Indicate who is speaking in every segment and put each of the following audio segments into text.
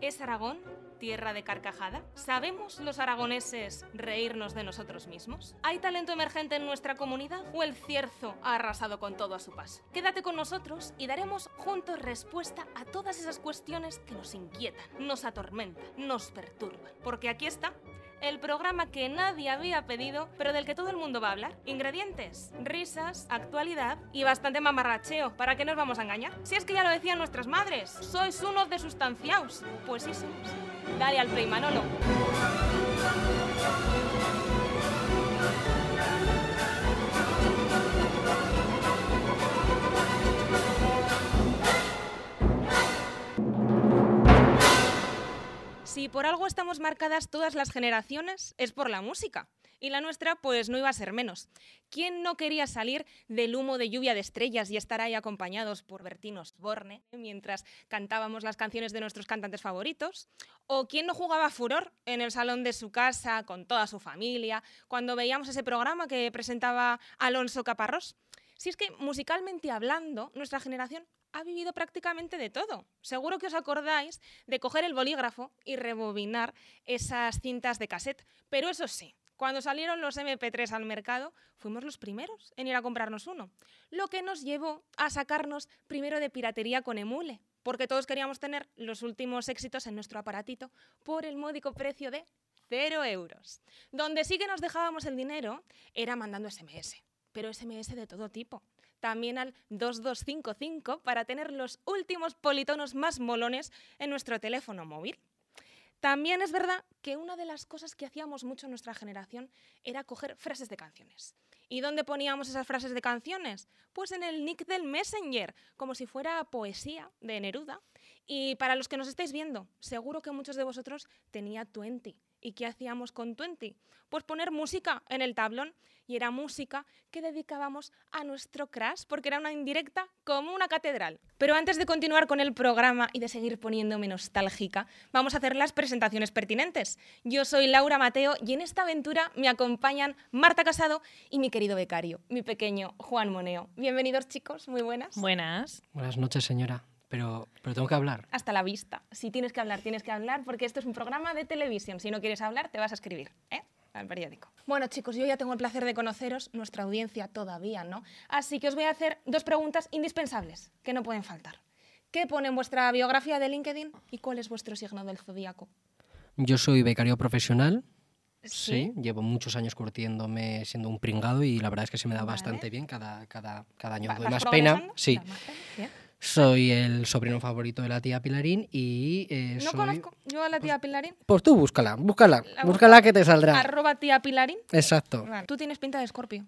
Speaker 1: ¿Es Aragón tierra de carcajada? ¿Sabemos los aragoneses reírnos de nosotros mismos? ¿Hay talento emergente en nuestra comunidad o el cierzo ha arrasado con todo a su paso? Quédate con nosotros y daremos juntos respuesta a todas esas cuestiones que nos inquietan, nos atormentan, nos perturban. Porque aquí está el programa que nadie había pedido, pero del que todo el mundo va a hablar. Ingredientes, risas, actualidad y bastante mamarracheo. ¿Para qué nos vamos a engañar? Si es que ya lo decían nuestras madres, sois unos de sustanciaos. Pues sí somos. Dale al play, Manolo. Si por algo estamos marcadas todas las generaciones, es por la música. Y la nuestra, pues no iba a ser menos. ¿Quién no quería salir del humo de lluvia de estrellas y estar ahí acompañados por Bertín Osborne mientras cantábamos las canciones de nuestros cantantes favoritos? ¿O quién no jugaba furor en el salón de su casa con toda su familia cuando veíamos ese programa que presentaba Alonso Caparrós? Si es que musicalmente hablando, nuestra generación ha vivido prácticamente de todo. Seguro que os acordáis de coger el bolígrafo y rebobinar esas cintas de cassette. Pero eso sí, cuando salieron los MP3 al mercado, fuimos los primeros en ir a comprarnos uno. Lo que nos llevó a sacarnos primero de piratería con emule, porque todos queríamos tener los últimos éxitos en nuestro aparatito por el módico precio de 0 euros. Donde sí que nos dejábamos el dinero era mandando SMS, pero SMS de todo tipo también al 2255 para tener los últimos politonos más molones en nuestro teléfono móvil. También es verdad que una de las cosas que hacíamos mucho en nuestra generación era coger frases de canciones. ¿Y dónde poníamos esas frases de canciones? Pues en el nick del Messenger, como si fuera poesía de Neruda. Y para los que nos estáis viendo, seguro que muchos de vosotros tenía 20. ¿Y qué hacíamos con 20? Pues poner música en el tablón. Y era música que dedicábamos a nuestro crash, porque era una indirecta como una catedral. Pero antes de continuar con el programa y de seguir poniéndome nostálgica, vamos a hacer las presentaciones pertinentes. Yo soy Laura Mateo y en esta aventura me acompañan Marta Casado y mi querido becario, mi pequeño Juan Moneo. Bienvenidos chicos, muy buenas.
Speaker 2: Buenas.
Speaker 3: Buenas noches, señora. Pero, pero, tengo que hablar.
Speaker 1: Hasta la vista. Si tienes que hablar, tienes que hablar, porque esto es un programa de televisión. Si no quieres hablar, te vas a escribir, ¿eh? Al periódico. Bueno, chicos, yo ya tengo el placer de conoceros, nuestra audiencia todavía, ¿no? Así que os voy a hacer dos preguntas indispensables, que no pueden faltar. ¿Qué pone en vuestra biografía de LinkedIn y cuál es vuestro signo del zodíaco?
Speaker 3: Yo soy becario profesional. Sí, sí llevo muchos años curtiéndome siendo un pringado y la verdad es que se me da vale. bastante bien cada, cada, cada año. Doy más pena. Sí. Más pena? Soy el sobrino favorito de la tía Pilarín y. Eh,
Speaker 1: no
Speaker 3: soy...
Speaker 1: conozco yo a la tía Pilarín.
Speaker 3: Pues tú búscala, búscala, la búscala que te saldrá.
Speaker 1: Arroba tía Pilarín.
Speaker 3: Exacto.
Speaker 1: Vale. Tú tienes pinta de escorpio.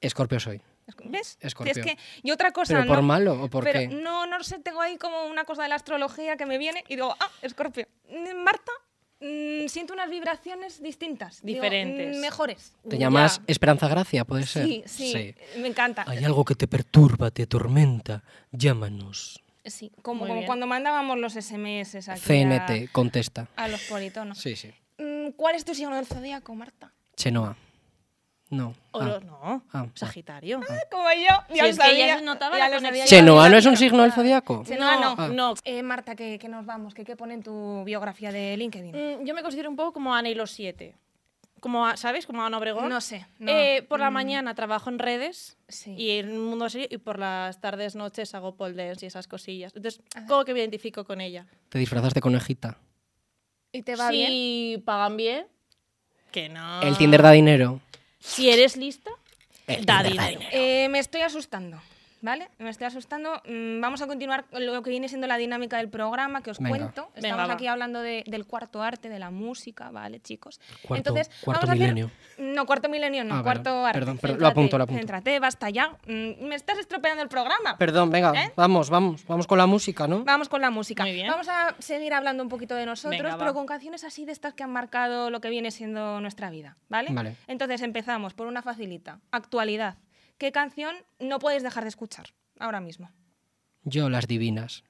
Speaker 3: Escorpio soy.
Speaker 1: ¿Ves?
Speaker 3: Escorpio.
Speaker 1: Es que, y otra cosa.
Speaker 3: ¿Pero por
Speaker 1: ¿no?
Speaker 3: malo o por
Speaker 1: Pero,
Speaker 3: qué?
Speaker 1: No, no sé, tengo ahí como una cosa de la astrología que me viene y digo, ah, escorpio. Mm, Marta, mmm, siento unas vibraciones distintas.
Speaker 2: Diferentes.
Speaker 1: Digo, mm, mejores.
Speaker 3: ¿Te llamas ya. Esperanza Gracia, puede ser?
Speaker 1: Sí, sí, sí. Me encanta.
Speaker 3: Hay algo que te perturba, te atormenta. Llámanos.
Speaker 1: Sí, como, como cuando mandábamos los SMS aquí
Speaker 3: CNT, a, contesta.
Speaker 1: A los politonos. Mm,
Speaker 3: Sí, sí.
Speaker 1: ¿Cuál es tu signo del zodíaco, Marta?
Speaker 3: Chenoa. No.
Speaker 2: Oro, ah. no. Ah. Sagitario.
Speaker 1: Ah, como yo. Ya
Speaker 2: si es que ya se notaba ya la
Speaker 3: conexión. Chenoa no es un signo del zodiaco.
Speaker 1: Chenoa no. no. no. Eh, Marta, que, que, nos vamos, que qué pone en tu biografía de LinkedIn.
Speaker 2: Mm, yo me considero un poco como Ana y los siete. Como, a, ¿Sabes? Como Ana Obregón.
Speaker 1: No sé. No.
Speaker 2: Eh, por la mm. mañana trabajo en redes sí. y en un mundo serio y por las tardes, noches hago pole dance y esas cosillas. Entonces,
Speaker 1: Ah.
Speaker 2: como que me identifico con ella.
Speaker 3: ¿Te disfrazas de conejita?
Speaker 1: ¿Y te va
Speaker 2: si
Speaker 1: bien?
Speaker 2: Si pagan bien. Que no.
Speaker 3: El Tinder da dinero.
Speaker 2: Si eres lista,
Speaker 3: El
Speaker 2: da dinero.
Speaker 1: Eh, me estoy asustando. ¿Vale? Me estoy asustando. Mm, vamos a continuar lo que viene siendo la dinámica del programa que os
Speaker 3: Venga.
Speaker 1: cuento. Estamos
Speaker 2: Venga, va.
Speaker 1: aquí hablando de- del cuarto arte, de la música, ¿vale, chicos?
Speaker 3: Cuarto-
Speaker 1: Entonces,
Speaker 3: cuarto
Speaker 1: vamos a hacer-
Speaker 3: milenio.
Speaker 1: No, cuarto milenio no,
Speaker 3: Ah,
Speaker 1: cuarto
Speaker 3: perdón,
Speaker 1: arte.
Speaker 3: perdón, perdón, lo
Speaker 1: Céntrate,
Speaker 3: apunto, lo apunto.
Speaker 1: Céntrate, basta ya. Mm, me estás estropeando el programa.
Speaker 3: Perdón, venga,
Speaker 1: ¿Eh?
Speaker 3: vamos, vamos, vamos con la música, ¿no?
Speaker 1: Vamos con la música.
Speaker 2: Muy bien.
Speaker 1: Vamos a seguir hablando un poquito de nosotros,
Speaker 2: Venga, va.
Speaker 1: pero con canciones así de estas que han marcado lo que viene siendo nuestra vida, ¿vale?
Speaker 3: Vale.
Speaker 1: Entonces empezamos por una facilita. Actualidad. ¿Qué canción no puedes dejar de escuchar ahora mismo?
Speaker 3: Yo, las divinas.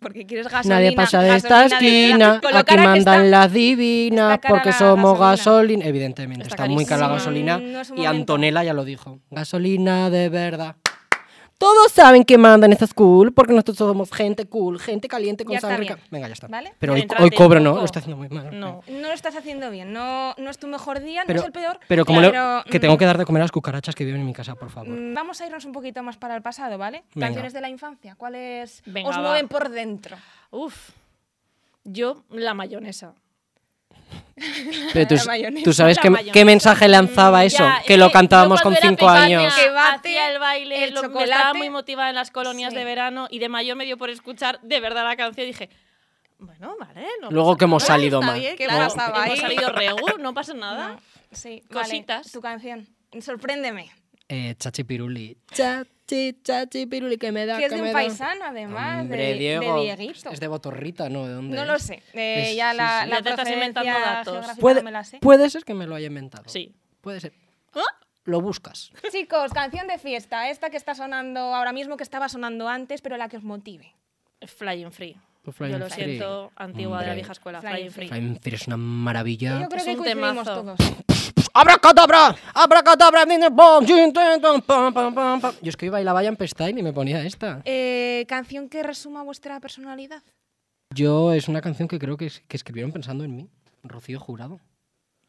Speaker 1: Porque quieres gasolina.
Speaker 3: Nadie pasa de esta
Speaker 1: gasolina de-
Speaker 3: esquina,
Speaker 1: con lo
Speaker 3: aquí
Speaker 1: cara que está.
Speaker 3: mandan las divinas,
Speaker 1: está cara
Speaker 3: porque
Speaker 1: la
Speaker 3: somos
Speaker 1: gasolina.
Speaker 3: gasolina. Evidentemente,
Speaker 2: Está
Speaker 3: está, muy cara la
Speaker 2: carísima.
Speaker 3: gasolina.
Speaker 1: Mm, no es un
Speaker 3: y
Speaker 1: momento.
Speaker 3: Antonella ya lo dijo. Gasolina de verdad. Todos saben que mandan esta school porque nosotros somos gente cool, gente caliente con
Speaker 1: Ya está
Speaker 3: sangre.
Speaker 1: bien.
Speaker 3: ca- Venga, ya está.
Speaker 1: ¿Vale?
Speaker 3: Pero hoy,
Speaker 2: Céntrate
Speaker 3: hoy cobro,
Speaker 2: un
Speaker 3: no,
Speaker 2: poco.
Speaker 3: lo está haciendo muy mal.
Speaker 2: No.
Speaker 1: No lo estás haciendo bien, no, no es tu mejor día,
Speaker 3: Pero,
Speaker 1: no es el peor.
Speaker 3: pero como le- que
Speaker 1: mm,
Speaker 3: tengo que dar de comer a las cucarachas que viven en mi casa, por favor.
Speaker 1: mm, Vamos a irnos un poquito más para el pasado, ¿vale?
Speaker 3: Venga.
Speaker 1: Canciones de la infancia, ¿cuáles
Speaker 2: Venga,
Speaker 1: os
Speaker 2: va.
Speaker 1: mueven por dentro?
Speaker 2: Uf. Yo, la mayonesa.
Speaker 3: Pero tú,
Speaker 1: La mayonesa. Mm,
Speaker 3: tú sabes
Speaker 2: La
Speaker 3: qué,
Speaker 2: mayonesa.
Speaker 3: qué mensaje lanzaba eso,
Speaker 2: Ya,
Speaker 3: que
Speaker 2: es
Speaker 3: lo
Speaker 2: yo
Speaker 3: cantábamos con
Speaker 2: cuando era
Speaker 3: cinco
Speaker 2: pequeña
Speaker 3: años.
Speaker 1: que bate,
Speaker 2: Hacía el baile,
Speaker 1: el
Speaker 2: lo- me estaba
Speaker 1: chocolate.
Speaker 2: muy motivada en las colonias
Speaker 1: Sí.
Speaker 2: de verano y de mayor me dio por escuchar de verdad la canción y dije, bueno, vale. No
Speaker 3: Luego
Speaker 2: pasa
Speaker 3: que hemos
Speaker 2: nada,
Speaker 3: salido
Speaker 2: está
Speaker 3: mal.
Speaker 2: bien,
Speaker 1: ¿Qué
Speaker 2: claro,
Speaker 1: pasaba ahí?
Speaker 2: Hemos salido regu, no pasa nada.
Speaker 1: No, Sí, Vale,
Speaker 2: Cositas.
Speaker 1: tu canción. Sorpréndeme.
Speaker 3: Eh, chachi piruli. Chachi, chachi piruli, que me da.
Speaker 1: que es de
Speaker 3: me
Speaker 1: un
Speaker 3: da.
Speaker 1: paisano, además,
Speaker 3: Hombre,
Speaker 1: de, de
Speaker 3: Diego.
Speaker 1: Dieguito.
Speaker 3: Es de Botorrita, ¿no? ¿De dónde?
Speaker 1: No lo sé. eh,
Speaker 3: Es-
Speaker 1: ya
Speaker 3: sí,
Speaker 1: la,
Speaker 3: sí.
Speaker 1: la
Speaker 2: Ya te estás
Speaker 1: procedencia
Speaker 2: inventando datos.
Speaker 1: geográfica
Speaker 3: Puede,
Speaker 1: no me la sé.
Speaker 3: puede ser que me lo haya inventado.
Speaker 2: Sí.
Speaker 3: Puede ser.
Speaker 2: ¿Ah?
Speaker 3: Lo buscas.
Speaker 1: Chicos, canción de fiesta. Esta que está sonando ahora mismo, que estaba sonando antes, pero la que os motive.
Speaker 2: Flying Free.
Speaker 3: Pues Flying
Speaker 2: Yo lo
Speaker 3: Free.
Speaker 2: siento, antigua de la
Speaker 3: Hombre.
Speaker 2: vieja escuela,
Speaker 1: Flying
Speaker 2: Flying,
Speaker 1: Free.
Speaker 2: Free.
Speaker 3: Flying Free es una maravilla. Pues,
Speaker 1: Yo creo
Speaker 2: es
Speaker 1: que
Speaker 2: un
Speaker 1: coincidimos
Speaker 2: temazo.
Speaker 1: todos.
Speaker 3: ¡Abracadabra! ¡Abracadabra! niña, bom, chin, tin, tin, pam, pam, pam, pam. Yo es que iba a la valla en Pestein y me ponía esta.
Speaker 1: Eh, canción que resuma vuestra personalidad.
Speaker 3: Yo es una canción que creo que, es- que escribieron pensando en mí, Rocío Jurado.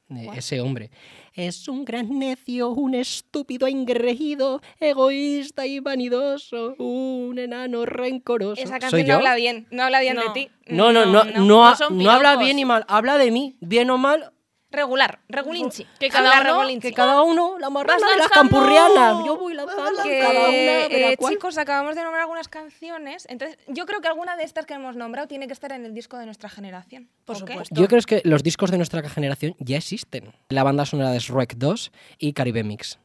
Speaker 3: Eh, ese hombre. Es un gran necio, un estúpido engreído, egoísta y vanidoso, un enano rencoroso.
Speaker 1: Esa canción
Speaker 3: ¿Soy
Speaker 1: no
Speaker 3: yo?
Speaker 1: habla bien. No habla bien de
Speaker 2: No.
Speaker 1: ti.
Speaker 3: No, no, no, no, ha-
Speaker 2: son
Speaker 3: no habla
Speaker 2: piropos.
Speaker 3: bien ni mal, habla de mí, bien o mal,
Speaker 1: Regular, regulinchi.
Speaker 2: Que cada
Speaker 1: Habla
Speaker 2: uno-
Speaker 1: regulinchi.
Speaker 3: que cada uno la marrana de las
Speaker 2: lanzando.
Speaker 3: campurrianas. Yo voy lanzando
Speaker 1: Que,
Speaker 3: cada una, verá
Speaker 1: eh,
Speaker 3: cuál.
Speaker 1: chicos, acabamos de nombrar algunas canciones. Entonces, yo creo que alguna de estas que hemos nombrado tiene que estar en el disco de nuestra generación.
Speaker 2: Por
Speaker 1: ¿o qué?
Speaker 2: supuesto.
Speaker 3: Yo creo es que los discos de nuestra generación ya existen. La banda sonora de Shrek 2 y Caribe Mix.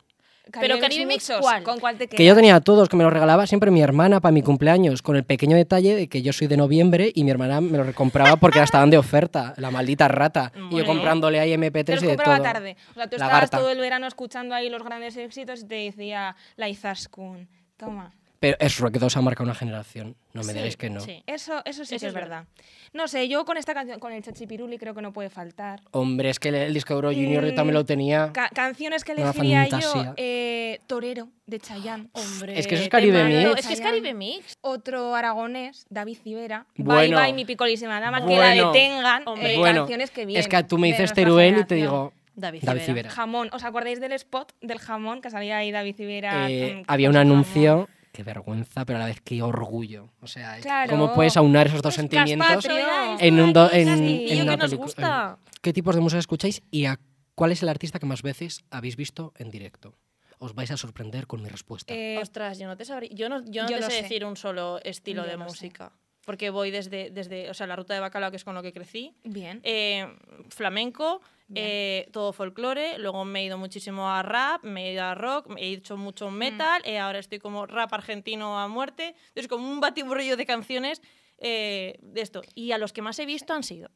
Speaker 1: Caribe
Speaker 2: Pero Caribe Mix,
Speaker 1: Mixos,
Speaker 2: ¿cuál?
Speaker 1: ¿Con cuál te
Speaker 3: Que yo tenía todos, que me los regalaba siempre mi hermana para mi cumpleaños, con el pequeño detalle de que yo soy de noviembre y mi hermana me los compraba porque la estaban de oferta, la maldita rata. Y yo
Speaker 2: Bueno.
Speaker 3: comprándole ahí MP3
Speaker 1: Te los
Speaker 3: y de
Speaker 1: compraba
Speaker 3: todo.
Speaker 1: tarde. O sea, tú estabas
Speaker 3: Lagarta.
Speaker 1: todo el verano escuchando ahí los grandes éxitos y te decía la Izaskun. Toma.
Speaker 3: Pero es Rock 2 ha marcado una generación, no me
Speaker 2: Sí,
Speaker 3: digáis que no.
Speaker 2: sí.
Speaker 1: Eso, eso sí
Speaker 2: Eso
Speaker 1: que es
Speaker 2: es verdad.
Speaker 1: verdad. No sé, yo con esta canción, con el Chachipiruli, creo que no puede faltar.
Speaker 3: Hombre, es que el, el disco de Euro Junior yo
Speaker 1: Mm,
Speaker 3: también lo tenía.
Speaker 1: Ca- canciones que
Speaker 3: Una
Speaker 1: elegiría yo,
Speaker 3: fantasía.
Speaker 1: eh, Torero, de Chayanne.
Speaker 2: Hombre,
Speaker 3: Es que eso es Caribe
Speaker 2: temazo.
Speaker 3: Mix.
Speaker 2: Es que es Caribe Mix.
Speaker 1: Otro aragonés, David Civera.
Speaker 3: Bueno.
Speaker 1: Bye bye, mi picolísima dama, que la
Speaker 3: Bueno.
Speaker 1: detengan.
Speaker 2: Hombre.
Speaker 1: eh,
Speaker 3: bueno,
Speaker 1: canciones que vienen.
Speaker 3: es que tú me
Speaker 1: de
Speaker 3: dices
Speaker 1: nuestra
Speaker 3: Teruel y te
Speaker 1: generación.
Speaker 3: digo
Speaker 2: David
Speaker 3: David
Speaker 2: Civera.
Speaker 3: Civera.
Speaker 1: Jamón, ¿os acordáis del spot del jamón que salía ahí David Civera?
Speaker 3: Eh,
Speaker 1: mm,
Speaker 3: había
Speaker 1: con
Speaker 3: un
Speaker 1: su jamón?
Speaker 3: anuncio, qué vergüenza, pero a la vez qué orgullo. O sea,
Speaker 1: Claro.
Speaker 3: ¿cómo puedes aunar esos dos
Speaker 1: Es
Speaker 3: sentimientos?
Speaker 1: Gazpacho.
Speaker 3: en un do- en-
Speaker 1: sí,
Speaker 3: en
Speaker 1: yo
Speaker 3: una
Speaker 2: que nos
Speaker 3: pelicu-
Speaker 2: gusta.
Speaker 3: en- ¿Qué tipos de música escucháis y a cuál es el artista que más veces habéis visto en directo? Os vais a sorprender con mi respuesta.
Speaker 1: Eh,
Speaker 2: Ostras, yo no te sabría. Yo no, yo no
Speaker 1: yo
Speaker 2: te
Speaker 1: lo
Speaker 2: sé,
Speaker 1: sé.
Speaker 2: decir un solo estilo
Speaker 1: Yo
Speaker 2: de
Speaker 1: lo sé.
Speaker 2: música. Porque voy desde, desde, o sea, la ruta de bacalao, que es con lo que crecí,
Speaker 1: bien.
Speaker 2: eh, flamenco,
Speaker 1: Bien.
Speaker 2: eh, todo folclore, luego me he ido muchísimo a rap, me he ido a rock, me he hecho mucho
Speaker 1: Mm.
Speaker 2: metal, eh, ahora estoy como rap argentino a muerte, es como un batiburrillo de canciones eh, de esto. Y a los que más he visto han sido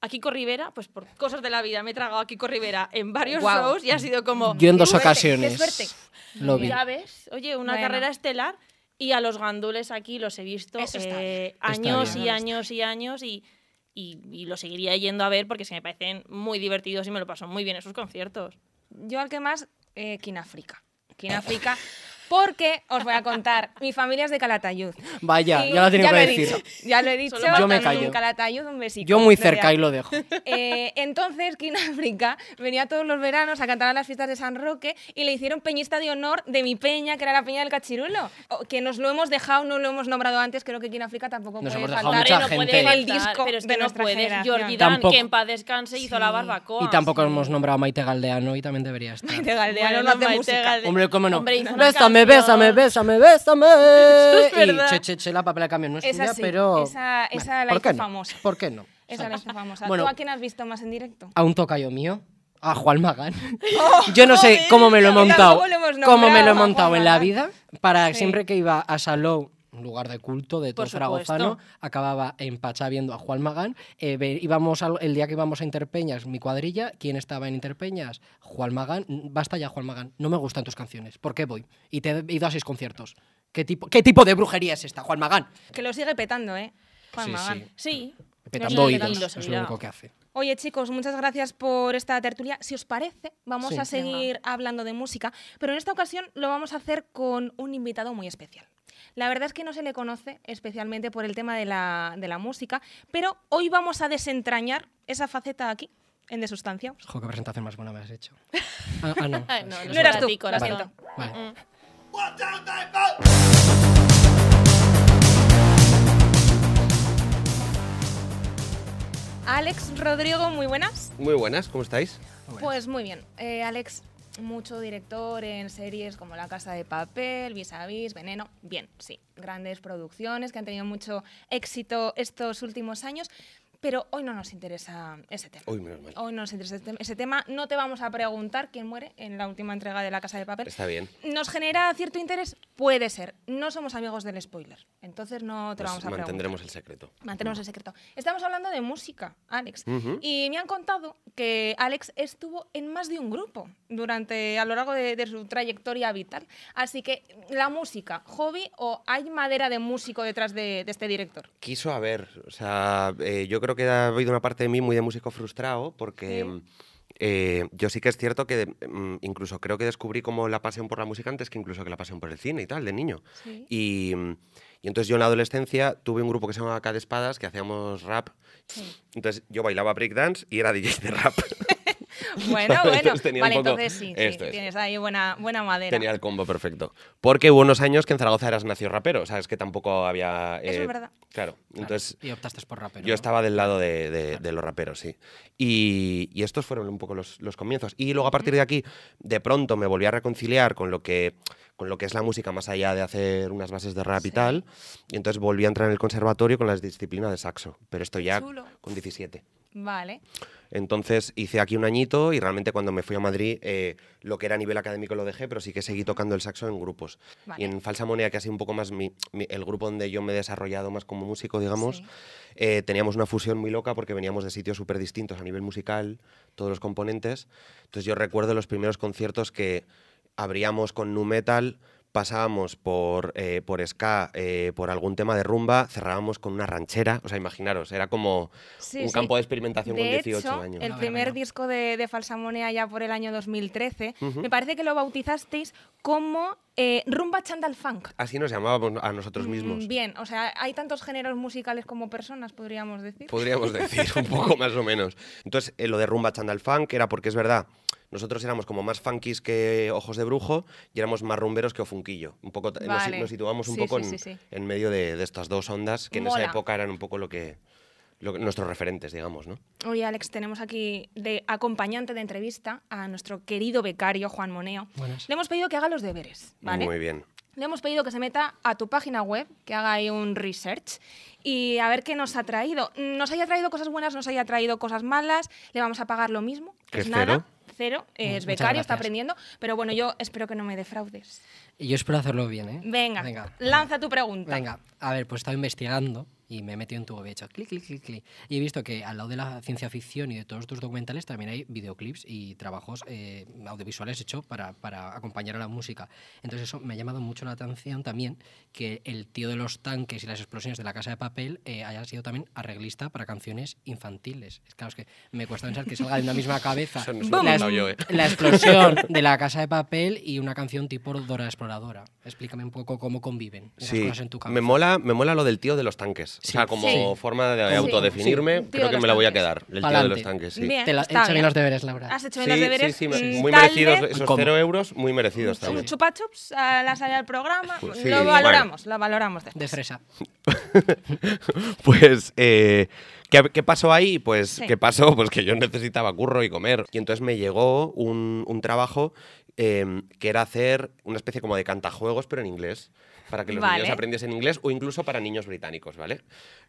Speaker 2: a Kiko Rivera, pues por cosas de la vida me he tragado a Kiko Rivera en varios
Speaker 1: Guau.
Speaker 2: shows y ha sido como...
Speaker 3: Yo en dos
Speaker 1: qué suerte,
Speaker 3: ocasiones
Speaker 1: qué suerte.
Speaker 3: lo vi.
Speaker 2: Ya ves, oye, una
Speaker 1: Bueno.
Speaker 2: carrera estelar. Y a los gandules aquí los he visto
Speaker 1: Eso está
Speaker 2: eh,
Speaker 3: Está
Speaker 2: años
Speaker 3: bien.
Speaker 2: y años y años y, y, y los seguiría yendo a ver porque se me parecen muy divertidos y me lo paso muy bien en sus conciertos.
Speaker 1: Yo al que más, eh, Kináfrica. Kináfrica, porque os voy a contar, mi familia es de Calatayud.
Speaker 3: Vaya,
Speaker 1: Y
Speaker 3: ya lo he tenido
Speaker 1: lo
Speaker 3: que
Speaker 1: he
Speaker 3: decir.
Speaker 1: dicho, ya lo he dicho.
Speaker 2: Solo
Speaker 3: Yo me
Speaker 1: también
Speaker 3: callo.
Speaker 1: en Calatayud, un besito.
Speaker 3: Yo muy
Speaker 1: desde
Speaker 3: cerca y
Speaker 1: aquí.
Speaker 3: lo dejo.
Speaker 1: Eh, entonces, Kináfrica venía todos los veranos a cantar a las fiestas de San Roque y le hicieron peñista de honor de mi peña, que era la peña del Cachirulo. O- Que nos lo hemos dejado, no lo hemos nombrado antes, creo que Kináfrica tampoco
Speaker 3: Nos
Speaker 1: puede
Speaker 3: hemos dejado
Speaker 1: faltar.
Speaker 3: Ah, mucha
Speaker 2: Hombre, no
Speaker 3: gente.
Speaker 2: puede
Speaker 1: En el
Speaker 2: faltar,
Speaker 1: disco
Speaker 2: pero es que
Speaker 1: de
Speaker 2: no
Speaker 1: nuestra
Speaker 2: puedes.
Speaker 1: generación.
Speaker 2: Jordi Dan,
Speaker 3: Tampoco.
Speaker 2: que en paz descanse, hizo la barbacoa.
Speaker 3: Y tampoco hemos nombrado a Maite Galdeano y también debería estar.
Speaker 1: De Galdeano
Speaker 2: Bueno,
Speaker 1: no hace
Speaker 2: Maite
Speaker 1: música.
Speaker 2: Galde-
Speaker 3: Hombre, cómo no.
Speaker 2: Hombre, hizo una
Speaker 3: bésame,
Speaker 2: canción.
Speaker 3: bésame, bésame, bésame.
Speaker 2: es verdad.
Speaker 3: Y che, che, che, la papel de cambio no es
Speaker 1: Esa
Speaker 3: suya,
Speaker 1: sí,
Speaker 3: pero.
Speaker 1: esa- esa la
Speaker 3: ¿por
Speaker 1: hizo
Speaker 3: qué no?
Speaker 1: famosa.
Speaker 3: ¿Por qué no?
Speaker 1: Esa la hizo famosa.
Speaker 3: Bueno.
Speaker 1: ¿Tú a quién has visto más en directo?
Speaker 3: a un tocayo mío, a Juan Magán. Yo no sé cómo me lo he
Speaker 1: Oh, Mira,
Speaker 3: montado,
Speaker 1: tampoco lo hemos
Speaker 3: cómo
Speaker 1: nombrado
Speaker 3: me lo he
Speaker 1: a Juan
Speaker 3: montado en la
Speaker 1: Magán.
Speaker 3: vida, para
Speaker 1: Sí.
Speaker 3: siempre que iba a Salou, un lugar de culto de todo
Speaker 2: Por
Speaker 3: zaragozano,
Speaker 2: supuesto.
Speaker 3: acababa en Pachá viendo a Juan Magán. Eh, ve- íbamos al- el día que íbamos a Interpeñas, mi cuadrilla, ¿quién estaba en Interpeñas? Juan Magán. "Mm, Basta ya, Juan Magán, no me gustan tus canciones. ¿Por qué voy? Y te he ido a seis conciertos. ¿Qué tipo, qué tipo de brujería es esta, Juan Magán?
Speaker 1: Que lo sigue petando, ¿eh? Juan
Speaker 3: Sí,
Speaker 1: Magán.
Speaker 3: sí.
Speaker 2: Sí,
Speaker 3: petando
Speaker 2: Y- y
Speaker 3: oídos,
Speaker 2: lo
Speaker 3: es lo
Speaker 2: seguirá.
Speaker 3: único que hace.
Speaker 1: Oye, chicos, muchas gracias por esta tertulia. Si os parece, vamos
Speaker 3: Sí.
Speaker 1: a seguir hablando de música, pero en esta ocasión lo vamos a hacer con un invitado muy especial. La verdad es que no se le conoce especialmente por el tema de la, de la música, pero hoy vamos a desentrañar esa faceta aquí, en De Sustancia.
Speaker 3: Jo, qué presentación más buena me has hecho. Ah, ah, no.
Speaker 2: Ay, no, no
Speaker 1: No eras tú,
Speaker 2: Para ti,
Speaker 1: lo
Speaker 2: corazón.
Speaker 1: siento.
Speaker 3: Vale.
Speaker 1: Alex Rodrigo, muy buenas.
Speaker 4: Muy buenas, ¿cómo estáis?
Speaker 1: Pues muy bien. Eh, Alex, mucho director en series como La Casa de Papel, Vis a Vis, Veneno. Bien, sí. Grandes producciones que han tenido mucho éxito estos últimos años. Pero hoy no nos interesa ese tema.
Speaker 4: Uy, menos mal.
Speaker 1: Hoy no nos interesa este- ese tema. No te vamos a preguntar quién muere en la última entrega de La Casa de Papel.
Speaker 4: Está bien.
Speaker 1: ¿Nos genera cierto interés? Puede ser. No somos amigos del spoiler. Entonces no te lo
Speaker 4: Nos
Speaker 1: vamos a preguntar.
Speaker 4: mantendremos el secreto.
Speaker 1: Mantenemos el secreto. Estamos hablando de música, Alex.
Speaker 4: Ujú.
Speaker 1: Y me han contado que Alex estuvo en más de un grupo durante a lo largo de, de su trayectoria vital. Así que, ¿la música, hobby o hay madera de músico detrás de, de este director?
Speaker 4: Quiso haber, o sea, eh, yo creo que ha habido una parte de mí muy de músico frustrado porque
Speaker 1: Sí.
Speaker 4: mm, eh, yo sí que es cierto que mm, incluso creo que descubrí como la pasión por la música antes que incluso que la pasión por el cine y tal, de niño.
Speaker 1: Sí.
Speaker 4: Y, mm, y entonces yo en la adolescencia tuve un grupo que se llamaba K de Espadas que hacíamos rap. Entonces yo bailaba breakdance y era DJ de rap.
Speaker 1: Bueno, bueno.
Speaker 4: Entonces tenía un
Speaker 1: vale,
Speaker 4: poco-
Speaker 1: entonces sí, sí,
Speaker 4: esto es.
Speaker 1: tienes ahí buena, buena madera.
Speaker 4: Tenía el combo perfecto. Porque hubo unos años que en Zaragoza eras nació rapero, o sea, es que tampoco había... eh,
Speaker 1: Eso es verdad.
Speaker 4: Claro, entonces
Speaker 3: y optaste por rapero.
Speaker 4: Yo
Speaker 3: ¿no?
Speaker 4: estaba del lado de, de- de los raperos, sí. Y, y estos fueron un poco los, los comienzos. Y luego a partir de aquí, de pronto me volví a reconciliar con lo que, con lo que es la música, más allá de hacer unas bases de rap y tal. Y entonces volví a entrar en el conservatorio con la disciplina de saxo. Pero esto ya
Speaker 1: Chulo.
Speaker 4: con 17.
Speaker 1: Vale.
Speaker 4: Entonces hice aquí un añito y realmente cuando me fui a Madrid eh, lo que era a nivel académico lo dejé, pero sí que seguí tocando el saxo en grupos.
Speaker 1: Vale.
Speaker 4: Y en Falsa Moneda, que ha sido un poco más mi- mi- el grupo donde yo me he desarrollado más como músico, digamos,
Speaker 1: Sí.
Speaker 4: eh, teníamos una fusión muy loca porque veníamos de sitios súper distintos a nivel musical, todos los componentes. Entonces yo recuerdo los primeros conciertos que abríamos con nu metal. Pasábamos por, eh, por ska, eh, por algún tema de rumba, cerrábamos con una ranchera. O sea, imaginaros, era como
Speaker 1: Sí,
Speaker 4: un
Speaker 1: sí.
Speaker 4: campo de experimentación con
Speaker 1: De
Speaker 4: 18
Speaker 1: hecho,
Speaker 4: años.
Speaker 1: el
Speaker 3: A ver,
Speaker 1: primer
Speaker 3: venga.
Speaker 1: disco de, de Falsamonea ya por el año 2013,
Speaker 4: Ujú.
Speaker 1: me parece que lo bautizasteis como eh, Rumba Chandal Funk.
Speaker 4: Así nos llamábamos a nosotros mismos.
Speaker 1: Mm, Bien, o sea, hay tantos géneros musicales como personas, podríamos decir.
Speaker 4: Podríamos decir, un poco más o menos. Entonces, eh, lo de rumba chandal funk era porque es verdad, nosotros éramos como más funkies que ojos de brujo y éramos más rumberos que ofunquillo. Un poco, nos-
Speaker 1: Vale.
Speaker 4: nos, situamos un
Speaker 1: Sí,
Speaker 4: poco
Speaker 1: sí,
Speaker 4: en,
Speaker 1: sí, sí.
Speaker 4: en medio de, de estas dos ondas que en
Speaker 1: Mola.
Speaker 4: esa época eran un poco lo que, lo que- nuestros referentes, digamos, ¿no?
Speaker 1: Oye, Alex, tenemos aquí de acompañante de entrevista a nuestro querido becario Juan Moneo.
Speaker 3: Buenas.
Speaker 1: Le hemos pedido que haga los deberes, ¿vale?
Speaker 4: Muy bien.
Speaker 1: Le hemos pedido que se meta a tu página web, que haga ahí un research y a ver qué nos ha traído. Nos haya traído cosas buenas, nos haya traído cosas malas, le vamos a pagar lo mismo.
Speaker 4: ¿Qué
Speaker 1: es
Speaker 4: es
Speaker 1: nada,
Speaker 4: cero?
Speaker 1: cero, es
Speaker 3: muchas
Speaker 1: becario, está
Speaker 3: gracias.
Speaker 1: aprendiendo, pero bueno, yo espero que no me defraudes.
Speaker 3: Y yo espero hacerlo bien, ¿eh?
Speaker 1: Venga, lanza tu pregunta.
Speaker 3: Venga, a ver, pues estaba investigando y me he metido en tu web y he hecho clic, clic, clic, clic. Y he visto que al lado de la ciencia ficción y de todos tus documentales también hay videoclips y trabajos eh, audiovisuales hechos para, para acompañar a la música. Entonces eso me ha llamado mucho la atención también que el tío de los tanques y las explosiones de la casa de papel eh, haya sido también arreglista para canciones infantiles. Es claro, es que me cuesta pensar que salga de una misma cabeza
Speaker 4: Eso no se lo he
Speaker 3: la,
Speaker 4: contado yo, ¿eh?
Speaker 3: es- la explosión de la casa de papel y una canción tipo Dora Exploradora. Explícame un poco cómo conviven esas
Speaker 4: Sí,
Speaker 3: cosas en tu cabeza.
Speaker 4: me mola, me mola lo del tío de los tanques.
Speaker 3: Sí.
Speaker 4: O sea, como
Speaker 1: Sí.
Speaker 4: forma de
Speaker 1: Sí.
Speaker 4: autodefinirme,
Speaker 1: Sí. Tío
Speaker 4: creo
Speaker 1: de
Speaker 4: que
Speaker 1: los
Speaker 4: me la voy a
Speaker 1: tanques.
Speaker 4: quedar. El tío de
Speaker 3: Pa'lante.
Speaker 4: los tanques, sí.
Speaker 1: Bien,
Speaker 3: Te la-
Speaker 1: está
Speaker 3: he hecho bien
Speaker 1: bien.
Speaker 3: los deberes, Laura.
Speaker 1: Has hecho bien los
Speaker 4: Sí,
Speaker 1: deberes.
Speaker 4: sí, sí,
Speaker 1: mm,
Speaker 4: muy
Speaker 1: tal
Speaker 4: merecidos
Speaker 1: vez
Speaker 4: esos
Speaker 3: ¿Cómo?
Speaker 4: cero euros, muy merecidos
Speaker 1: Un
Speaker 4: también.
Speaker 1: chupa chups a la salida del programa.
Speaker 4: Pues sí,
Speaker 1: lo
Speaker 4: bueno.
Speaker 1: valoramos, lo valoramos este. después.
Speaker 3: De fresa.
Speaker 4: Pues, eh, ¿qué, qué pasó ahí? Pues,
Speaker 1: Sí.
Speaker 4: ¿qué pasó? Pues que yo necesitaba curro y comer. Y entonces me llegó un, un trabajo eh, que era hacer una especie como de cantajuegos, pero en inglés. Para que los
Speaker 1: Vale.
Speaker 4: niños aprendiesen inglés o incluso para niños británicos, ¿vale?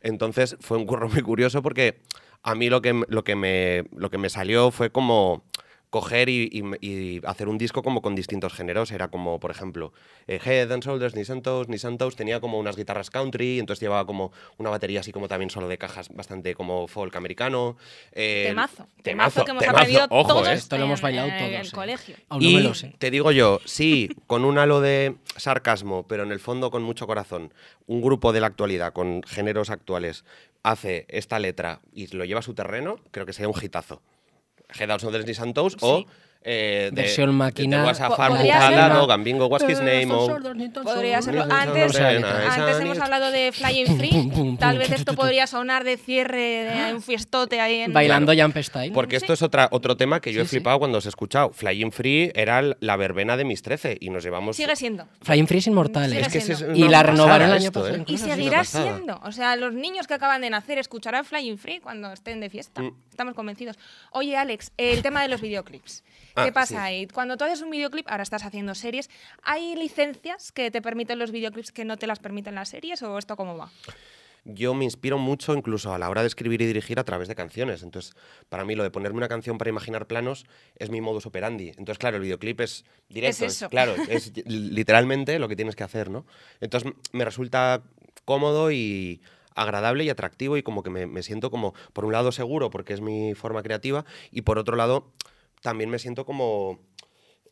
Speaker 4: Entonces fue un curro muy curioso porque a mí lo que, m- lo que, me, lo que me salió fue como coger y, y- y hacer un disco como con distintos géneros. Era como, por ejemplo, eh, Head and Shoulders, Knees and Toes, Knees and Toes. Tenía como unas guitarras country, entonces llevaba como una batería así como también solo de cajas, bastante como folk americano. Eh,
Speaker 1: Temazo, temazo, que hemos
Speaker 4: temazo.
Speaker 1: aprendido
Speaker 4: Ojo,
Speaker 1: todos
Speaker 4: eh.
Speaker 3: Esto lo hemos
Speaker 1: en-
Speaker 3: bailado
Speaker 1: en
Speaker 3: todos,
Speaker 1: el
Speaker 3: eh.
Speaker 1: colegio.
Speaker 3: Aún no
Speaker 4: Y
Speaker 3: me lo sé.
Speaker 4: te digo yo, sí, con un halo de sarcasmo, pero en el fondo con mucho corazón, un grupo de la actualidad, con géneros actuales, hace esta letra y lo lleva a su terreno, creo que sería un hitazo. Head Out Sundance Ni Santos o... Eh, de,
Speaker 3: Versión máquina.
Speaker 4: De, de WhatsApp
Speaker 1: Po-
Speaker 4: Farm,
Speaker 1: podría ser-
Speaker 4: Mutada, no, Gambingo, What's His Name, o-
Speaker 1: Podría serlo.
Speaker 4: no, no,
Speaker 1: Antes,
Speaker 4: no, no, no, no,
Speaker 1: antes
Speaker 4: no,
Speaker 1: hemos
Speaker 4: no,
Speaker 1: hablado de Flying
Speaker 3: pum, pum,
Speaker 1: Free. Tal
Speaker 3: pum,
Speaker 1: vez
Speaker 3: tu,
Speaker 1: esto
Speaker 3: tu, tu.
Speaker 1: podría sonar de cierre de un fiestote ahí en.
Speaker 3: Bailando Jump Style.
Speaker 4: Porque esto es otra, otro tema que yo he flipado cuando os he escuchado. Flying Free era l- la verbena de mis 13 y nos llevamos...
Speaker 1: Sigue siendo.
Speaker 3: Flying Free es inmortal.
Speaker 1: Sigue
Speaker 3: ¿eh?
Speaker 4: Es que ese es
Speaker 1: siendo.
Speaker 3: Y
Speaker 4: una
Speaker 3: la
Speaker 4: pasada
Speaker 3: renovaron el año
Speaker 4: esto,
Speaker 3: pasado.
Speaker 4: ¿eh?
Speaker 1: Y
Speaker 4: Es una
Speaker 1: seguirá
Speaker 4: pasada.
Speaker 1: siendo. O sea, los niños que acaban de nacer escucharán Flying Free cuando estén de fiesta.
Speaker 3: Mm.
Speaker 1: Estamos convencidos. Oye, Alex, el tema de los videoclips.
Speaker 4: Ah,
Speaker 1: ¿Qué pasa
Speaker 4: sí.
Speaker 1: ahí? Cuando tú haces un videoclip, ahora estás haciendo series, ¿hay licencias que te permiten los videoclips que no te las permiten las series o esto cómo va?
Speaker 4: yo me inspiro mucho incluso a la hora de escribir y dirigir a través de canciones. Entonces, para mí lo de ponerme una canción para imaginar planos es mi modus operandi. Entonces, claro, el videoclip es directo.
Speaker 1: Es eso.
Speaker 4: claro, es literalmente lo que tienes que hacer, ¿no? Entonces, m- me resulta cómodo y agradable y atractivo y como que me, me siento como, por un lado, seguro porque es mi forma creativa y por otro lado, también me siento como...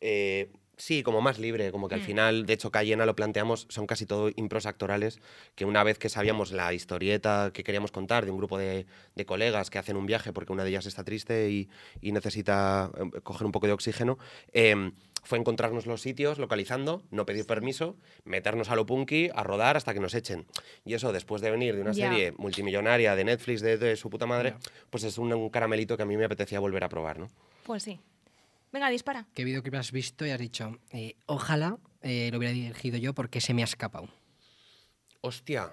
Speaker 4: eh, sí, como más libre, como
Speaker 1: Mm.
Speaker 4: que al final, de hecho, Cayena lo planteamos, son casi todo impros actorales, que una vez que sabíamos la historieta que queríamos contar de un grupo de, de colegas que hacen un viaje porque una de ellas está triste y, y necesita eh, coger un poco de oxígeno, eh, fue encontrarnos los sitios, localizando, no pedir permiso, meternos a lo punky, a rodar hasta que nos echen. Y eso, después de venir de una
Speaker 1: Ya.
Speaker 4: serie multimillonaria de Netflix, de, de su puta madre, pues es un, un caramelito que a mí me apetecía volver a probar, ¿no?
Speaker 1: Pues sí. Venga, dispara.
Speaker 3: ¿Qué videoclip has visto y has dicho? eh, ojalá eh, lo hubiera dirigido yo porque se me ha escapado.
Speaker 4: Hostia.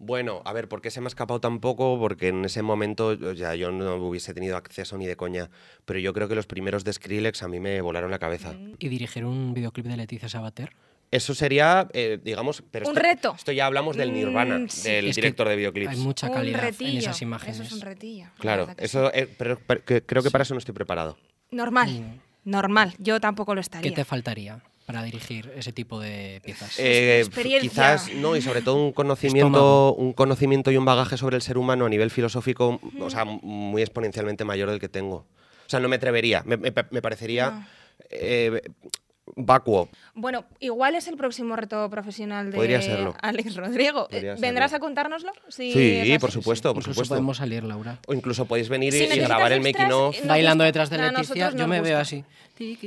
Speaker 4: Bueno, a ver, ¿por qué se me ha escapado tampoco? Porque en ese momento yo- ya yo no hubiese tenido acceso ni de coña. Pero yo creo que los primeros de Skrillex a mí me volaron la cabeza.
Speaker 1: Mm.
Speaker 3: Y dirigir un videoclip de Leticia Sabater.
Speaker 4: Eso sería, eh, digamos... Pero
Speaker 1: Un
Speaker 4: esto,
Speaker 1: reto.
Speaker 4: Esto ya hablamos del Nirvana,
Speaker 1: Mm, sí.
Speaker 4: del
Speaker 3: Es que
Speaker 4: director de
Speaker 3: Hay
Speaker 4: videoclips.
Speaker 3: mucha calidad
Speaker 1: un retillo.
Speaker 3: en esas imágenes.
Speaker 1: Eso es un retillo. la
Speaker 4: Claro,
Speaker 1: verdad que sí.
Speaker 4: eso, eh, pero, pero que- creo que para eso no estoy preparado.
Speaker 1: Normal. Normal. Yo tampoco lo estaría.
Speaker 3: Mm. ¿Qué te faltaría para dirigir ese tipo de piezas?
Speaker 4: Eh,
Speaker 1: experiencia.
Speaker 4: quizás no y sobre todo un conocimiento
Speaker 3: Estómago.
Speaker 4: un conocimiento y un bagaje sobre el ser humano a nivel filosófico o sea m- muy exponencialmente mayor del que tengo o sea no me atrevería me, me- me parecería eh, vacuo
Speaker 1: Bueno, igual es el próximo reto profesional de
Speaker 4: Podría serlo.
Speaker 1: Alex Rodrigo. Eh,
Speaker 4: Podría
Speaker 1: ¿Vendrás
Speaker 4: serlo.
Speaker 1: a contárnoslo? Si
Speaker 4: sí,
Speaker 1: es así.
Speaker 4: por supuesto por
Speaker 3: Incluso
Speaker 4: supuesto
Speaker 3: podemos salir, Laura.
Speaker 4: o incluso podéis venir
Speaker 1: Si
Speaker 4: y- y,
Speaker 1: necesitas
Speaker 4: grabar el
Speaker 1: extras,
Speaker 4: making of
Speaker 1: Eh, Nos
Speaker 3: Bailando
Speaker 1: gusta.
Speaker 3: detrás de
Speaker 1: A nosotros
Speaker 3: Leticia,
Speaker 1: nos
Speaker 3: yo me veo
Speaker 1: gusta.
Speaker 3: así.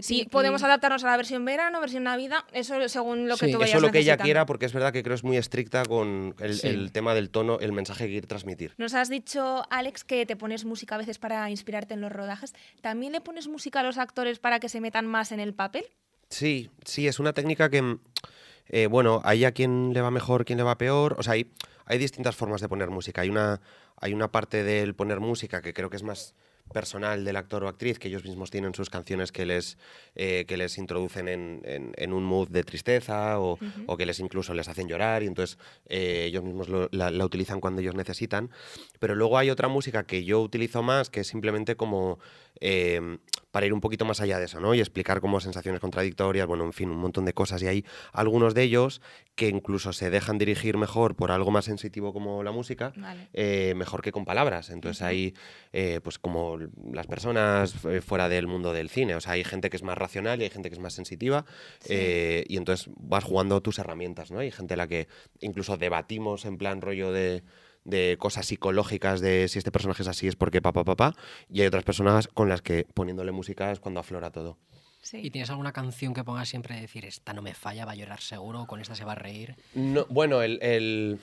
Speaker 1: Sí, podemos adaptarnos a la versión verano, versión navidad, eso según lo que
Speaker 3: Sí,
Speaker 1: tú vayas
Speaker 4: eso lo que ella
Speaker 1: necesitando.
Speaker 4: quiera porque es verdad que creo es muy estricta con el,
Speaker 3: Sí.
Speaker 4: el tema del tono el mensaje que quiere transmitir
Speaker 1: Nos has dicho, Alex, que te pones música a veces para inspirarte en los rodajes. ¿También le pones música a los actores para que se metan más en el papel?
Speaker 4: Sí, sí, es una técnica que, mm, eh, bueno, hay a quien le va mejor, quien le va peor. O sea, hay, hay distintas formas de poner música. Hay una, hay una parte del poner música que creo que es más personal del actor o actriz, que ellos mismos tienen sus canciones que les, eh, que les introducen en, en- en un mood de tristeza o, o que les incluso les hacen llorar y entonces eh, ellos mismos lo- la, la utilizan cuando ellos necesitan. Pero luego hay otra música que yo utilizo más, que es simplemente como eh, para ir un poquito más allá de eso, ¿no? Y explicar como sensaciones contradictorias, bueno, en fin, un montón de cosas. Y hay algunos de ellos que incluso se dejan dirigir mejor por algo más sensitivo como la música,
Speaker 1: Vale.
Speaker 4: eh, mejor que con palabras. Entonces hay, eh, pues como l- las personas eh, fuera del mundo del cine, o sea, hay gente que es más racional y hay gente que es más sensitiva, eh, y entonces vas jugando tus herramientas, ¿no? Hay gente a la que incluso debatimos en plan rollo de de cosas psicológicas de si este personaje es así es porque papá papá y hay otras personas con las que poniéndole música es cuando aflora todo.
Speaker 1: Sí.
Speaker 3: ¿Y tienes alguna canción que pongas siempre de decir, esta no me falla, va a llorar seguro, con esta se va a reír?
Speaker 4: No, bueno, el, el-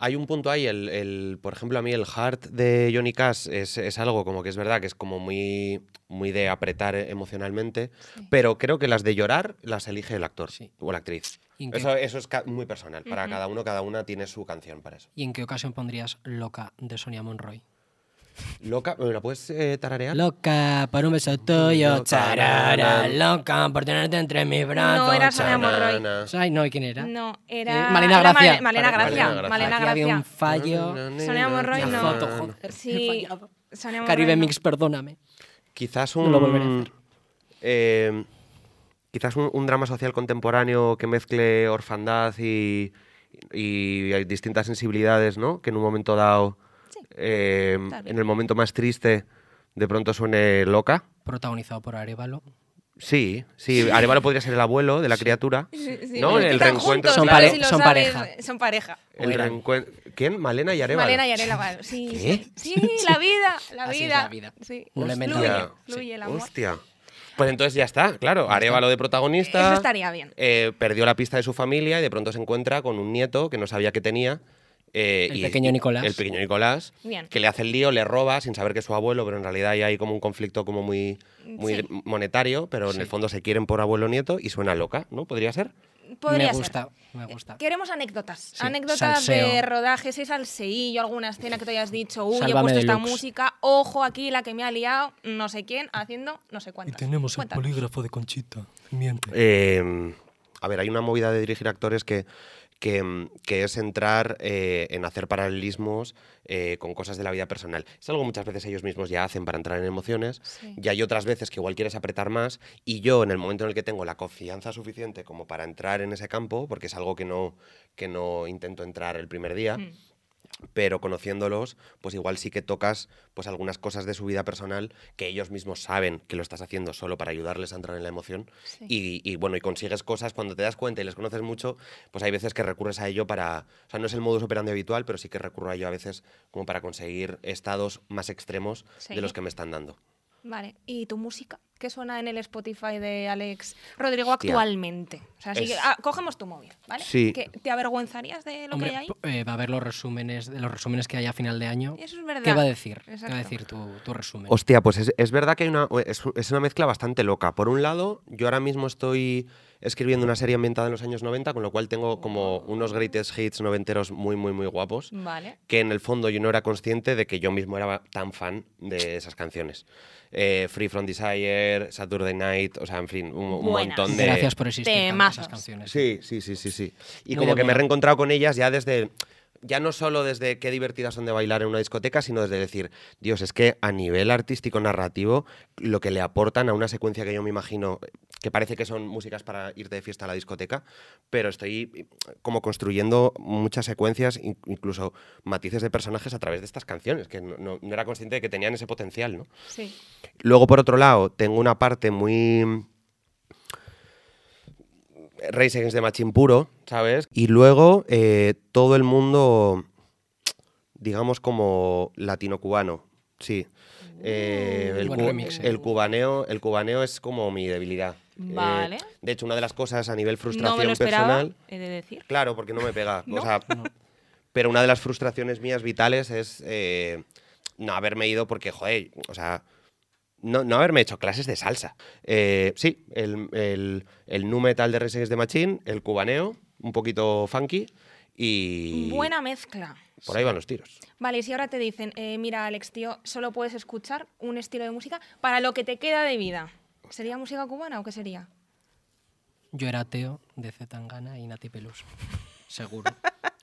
Speaker 4: hay un punto ahí, el, el- por ejemplo, a mí el heart de Johnny Cash es, es algo como que es verdad que es como muy, muy de apretar emocionalmente, pero creo que las de llorar las elige el actor
Speaker 3: Sí.
Speaker 4: o la actriz.
Speaker 3: ¿Y en qué-
Speaker 4: Eso, eso es ca- muy personal, para cada uno, cada una tiene su canción para eso.
Speaker 3: ¿Y en qué ocasión pondrías Loca de Sonia Monroy?
Speaker 4: Loca, ¿me la puedes eh, tararear?
Speaker 3: Loca por un beso tuyo,
Speaker 4: Loca, na,
Speaker 3: charara,
Speaker 4: na.
Speaker 3: loca por tenerte entre mis brazos.
Speaker 1: No era
Speaker 3: charara.
Speaker 1: Sonia Monroy.
Speaker 4: Na, na.
Speaker 3: Ay, no, ¿y quién era?
Speaker 1: No, era...
Speaker 3: Eh, Malena
Speaker 1: era
Speaker 3: Gracia.
Speaker 1: Male- Malena
Speaker 4: Perdón,
Speaker 1: Gracia.
Speaker 4: Malena Gracia.
Speaker 1: Malena
Speaker 3: Aquí había
Speaker 1: Gracia.
Speaker 3: un fallo.
Speaker 4: Na, na, na,
Speaker 1: Sonia
Speaker 4: na,
Speaker 1: Monroy
Speaker 4: na,
Speaker 1: no.
Speaker 3: La
Speaker 4: na,
Speaker 3: foto,
Speaker 4: na, na.
Speaker 3: joder, he
Speaker 1: Sí.
Speaker 3: fallado.
Speaker 1: Sonia Moreno.
Speaker 3: Caribe Mix, perdóname.
Speaker 4: Quizás un.
Speaker 3: No lo volveré a hacer.
Speaker 4: eh, quizás un, un drama social contemporáneo que mezcle orfandad y, y hay distintas sensibilidades, ¿no? Que en un momento dado, eh,
Speaker 1: tal vez.
Speaker 4: en el momento más triste, de pronto suene loca.
Speaker 3: Protagonizado por Arevalo.
Speaker 4: Sí, sí, Arevalo podría ser el abuelo de la criatura.
Speaker 1: Sí,
Speaker 4: No,
Speaker 1: pero
Speaker 4: el
Speaker 1: es que están
Speaker 4: reencuentro,
Speaker 1: juntos,
Speaker 4: Son
Speaker 1: claro,
Speaker 4: pare-
Speaker 1: si lo
Speaker 3: son
Speaker 1: sabes,
Speaker 3: pareja.
Speaker 1: Son pareja.
Speaker 4: El
Speaker 3: Era.
Speaker 4: reencuentro- ¿Quién? Malena y Arevalo.
Speaker 1: Malena y Arevalo. Sí,
Speaker 3: ¿Qué?
Speaker 1: sí, sí, la vida, la
Speaker 3: Así es
Speaker 1: vida.
Speaker 3: la vida.
Speaker 1: Sí.
Speaker 3: No lo he inventado
Speaker 1: fluye,
Speaker 3: yo.
Speaker 1: fluye el amor.
Speaker 4: Hostia. Pues entonces ya está, claro. Arevalo de protagonista.
Speaker 1: Eso estaría bien.
Speaker 4: eh, perdió la pista de su familia y de pronto se encuentra con un nieto que no sabía que tenía. eh,
Speaker 3: El
Speaker 4: y-
Speaker 3: pequeño Nicolás.
Speaker 4: El pequeño Nicolás.
Speaker 1: Bien.
Speaker 4: Que le hace el lío, le roba sin saber que es su abuelo, pero en realidad ahí hay como un conflicto como muy, muy
Speaker 1: Sí.
Speaker 4: monetario, pero en el fondo se quieren por abuelo-nieto y suena loca, ¿no? Podría ser.
Speaker 1: Podría
Speaker 3: me gusta,
Speaker 1: ser. Eh,
Speaker 3: me gusta.
Speaker 1: Queremos anécdotas.
Speaker 3: Sí,
Speaker 1: Anécdotas de
Speaker 3: salseo.
Speaker 1: rodajes, ese salseillo, alguna escena que te hayas dicho, uy, he
Speaker 3: Sálvame
Speaker 1: puesto esta
Speaker 3: deluxe".
Speaker 1: música, ojo aquí la que me ha liado, no sé quién, haciendo no sé cuántas. Cuéntanos.
Speaker 5: polígrafo de Conchita. Miente.
Speaker 4: Eh, a ver, hay una movida de dirigir actores que, que, mm, que es entrar eh, en hacer paralelismos eh, con cosas de la vida personal. Es algo que muchas veces ellos mismos ya hacen para entrar en emociones.
Speaker 1: Sí.
Speaker 4: Y hay otras veces que igual quieres apretar más. Y yo, en el momento en el que tengo la confianza suficiente como para entrar en ese campo, porque es algo que no, que no intento entrar el primer día,
Speaker 1: Mm.
Speaker 4: pero conociéndolos, pues igual sí que tocas pues algunas cosas de su vida personal que ellos mismos saben que lo estás haciendo solo para ayudarles a entrar en la emoción.
Speaker 1: Sí.
Speaker 4: Y, y, bueno, y consigues cosas cuando te das cuenta y les conoces mucho, pues hay veces que recurres a ello para, o sea, no es el modus operandi habitual, pero sí que recurro a ello a veces como para conseguir estados más extremos
Speaker 1: Sí.
Speaker 4: de los que me están dando.
Speaker 1: Vale, ¿y tu música? ¿Qué suena en el Spotify de Alex Rodrigo
Speaker 4: Hostia.
Speaker 1: actualmente? O sea, así que,
Speaker 4: Es-
Speaker 1: ah, cogemos tu móvil, ¿vale?
Speaker 4: Sí.
Speaker 1: ¿Que ¿Te avergüenzarías de lo
Speaker 3: Hombre,
Speaker 1: que hay ahí?
Speaker 3: po- eh, va a haber los resúmenes de los resúmenes que hay a final de año.
Speaker 1: Eso es verdad.
Speaker 3: ¿Qué va a decir? ¿Qué va
Speaker 1: Exacto.
Speaker 3: a decir tu, tu resumen?
Speaker 4: Hostia, pues es, es verdad que hay una, es, es una mezcla bastante loca. Por un lado, yo ahora mismo estoy escribiendo una serie ambientada en los años 90, con lo cual tengo como unos greatest hits noventeros muy, muy, muy guapos.
Speaker 1: Vale.
Speaker 4: que en el fondo yo no era consciente de que yo mismo era tan fan de esas canciones. Eh, Free From Desire, Saturday Night, o sea, en fin, un, un
Speaker 1: Buenas.
Speaker 4: montón de...
Speaker 3: Gracias por existir Pablo,
Speaker 1: Temazos.
Speaker 3: esas canciones.
Speaker 4: Sí, sí, sí, sí, sí. Y
Speaker 3: No
Speaker 4: como que me he
Speaker 3: volverá.
Speaker 4: reencontrado con ellas ya desde... Ya no solo desde qué divertidas son de bailar en una discoteca, sino desde decir, Dios, es que a nivel artístico-narrativo, lo que le aportan a una secuencia que yo me imagino, que parece que son músicas para irte de fiesta a la discoteca, pero estoy eh, como construyendo muchas secuencias, in- incluso matices de personajes a través de estas canciones, que no, no- no era consciente de que tenían ese potencial, ¿no?
Speaker 1: Sí.
Speaker 4: Luego, por otro lado, tengo una parte muy. mm, Race Against the Machine puro, ¿sabes? Y luego eh, todo el mundo, digamos, como latino-cubano, sí.
Speaker 2: Mm,
Speaker 4: Eh, el,
Speaker 3: Buen
Speaker 4: cu-
Speaker 3: remix, eh.
Speaker 4: el cubaneo, el cubaneo es como mi debilidad. Eh,
Speaker 2: Vale.
Speaker 4: de hecho, una de las cosas a nivel frustración
Speaker 2: No me lo esperaba,
Speaker 4: personal.
Speaker 2: he de decir.
Speaker 4: Claro, porque no me pega. O sea, Pero una de las frustraciones mías vitales es eh, no haberme ido porque, joder, o sea, no, no haberme hecho clases de salsa. Eh, sí, el, el, el nu metal de Resident de Machine, el cubaneo, un poquito funky y
Speaker 1: Buena mezcla.
Speaker 4: por ahí van los tiros.
Speaker 1: Vale, y si ahora te dicen, eh, mira Alex, tío, solo puedes escuchar un estilo de música para lo que te queda de vida. ¿Sería música cubana o qué sería?
Speaker 3: Yo era ateo de Zetangana y Nati Pelus. Seguro.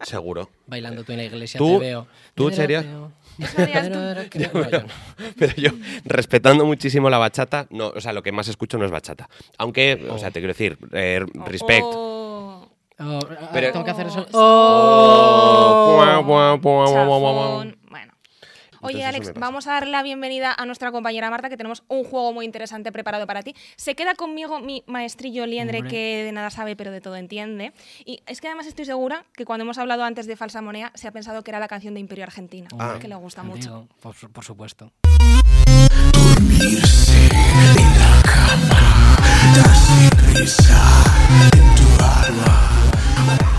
Speaker 4: Seguro.
Speaker 3: Bailando tú en la iglesia
Speaker 4: Tú-
Speaker 3: te veo.
Speaker 4: tú
Speaker 3: Yo era
Speaker 4: serías-
Speaker 3: ateo.
Speaker 1: Eso harías tú.
Speaker 3: Yo era ateo. No, yo no.
Speaker 4: Pero yo, respetando muchísimo la bachata, no, o sea, lo que más escucho no es bachata. Aunque, o sea, te quiero decir, eh, respect.
Speaker 1: O
Speaker 3: Oh, ah,
Speaker 4: Pero-
Speaker 3: tengo que hacer eso.
Speaker 4: Oh, guau, guau, guau, guau, guau, guau.
Speaker 1: chafón. Bueno.
Speaker 4: Entonces,
Speaker 1: Oye,
Speaker 4: eso
Speaker 1: Alex,
Speaker 4: me pasa.
Speaker 1: vamos a dar la bienvenida a nuestra compañera Marta, que tenemos un juego muy interesante preparado para ti. Se queda conmigo mi maestrillo Liendre,
Speaker 3: Hombre.
Speaker 1: que de nada sabe, pero de todo entiende. Y es que además estoy segura que cuando hemos hablado antes de Falsa Moneda, se ha pensado que era la canción de Imperio Argentina,
Speaker 4: Ah.
Speaker 1: que le gusta
Speaker 3: Te
Speaker 1: mucho.
Speaker 3: digo, por, su- por supuesto.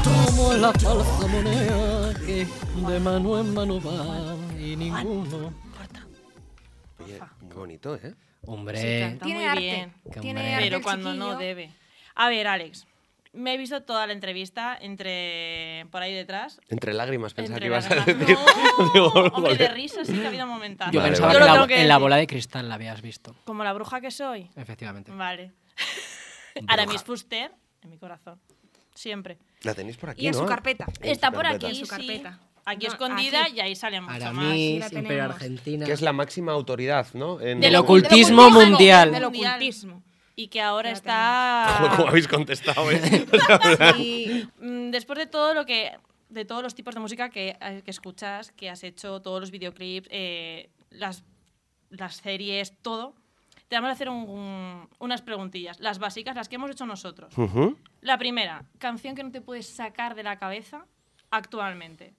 Speaker 3: Como la falsa moneda que de mano en mano va y ninguno.
Speaker 4: Oye, muy bonito, ¿eh?
Speaker 3: Hombre,
Speaker 2: Está
Speaker 1: Tiene
Speaker 2: muy
Speaker 1: arte.
Speaker 2: bien.
Speaker 3: Que
Speaker 1: Tiene
Speaker 3: hombre.
Speaker 1: arte
Speaker 2: Pero
Speaker 1: el
Speaker 2: cuando no
Speaker 1: chiquillo.
Speaker 2: debe. A ver, Alex, me he visto toda la entrevista entre por ahí detrás.
Speaker 4: Entre lágrimas pensaba
Speaker 2: entre
Speaker 4: que ibas a
Speaker 2: lágrimas.
Speaker 4: decir.
Speaker 2: No,
Speaker 4: Digo,
Speaker 2: hombre, de
Speaker 4: joder.
Speaker 2: risa sí que ha habido momentos.
Speaker 3: yo
Speaker 4: Vale,
Speaker 3: pensaba
Speaker 4: vale.
Speaker 3: que,
Speaker 4: Yo
Speaker 2: lo
Speaker 3: la-
Speaker 2: tengo
Speaker 3: en la
Speaker 2: decir.
Speaker 3: bola de cristal la habías visto.
Speaker 2: Como la bruja que soy.
Speaker 3: Efectivamente.
Speaker 2: Vale. Aramis Fuster, en mi corazón. Siempre.
Speaker 4: La tenéis por aquí,
Speaker 1: Y en
Speaker 4: ¿no?
Speaker 1: su carpeta.
Speaker 4: En
Speaker 2: Está
Speaker 4: su
Speaker 2: por
Speaker 4: carpeta.
Speaker 2: aquí,
Speaker 1: En su
Speaker 2: sí.
Speaker 1: carpeta.
Speaker 2: Aquí
Speaker 1: No,
Speaker 2: escondida
Speaker 1: aquí.
Speaker 2: y ahí sale mucho
Speaker 3: Aramis,
Speaker 1: la
Speaker 3: Imperio
Speaker 1: tenemos.
Speaker 3: Argentina.
Speaker 4: Que es la máxima autoridad, ¿no? En-
Speaker 3: Del ocultismo
Speaker 1: Del ocultismo,
Speaker 3: mundial.
Speaker 1: del
Speaker 2: más.
Speaker 1: ocultismo. Ocultismo.
Speaker 2: Y que ahora
Speaker 1: Ya
Speaker 4: Joder, ¿Cómo
Speaker 2: está.
Speaker 4: habéis contestado, eh?
Speaker 1: Y-
Speaker 2: Mm, Después de todo lo que. De todos los tipos de música que, eh, que escuchas, que has hecho, todos los videoclips, eh, las, las series, todo. te vamos a hacer un- un- unas preguntillas, las básicas, las que hemos hecho nosotros.
Speaker 4: Ujú.
Speaker 2: La primera, canción que no te puedes sacar de la cabeza actualmente.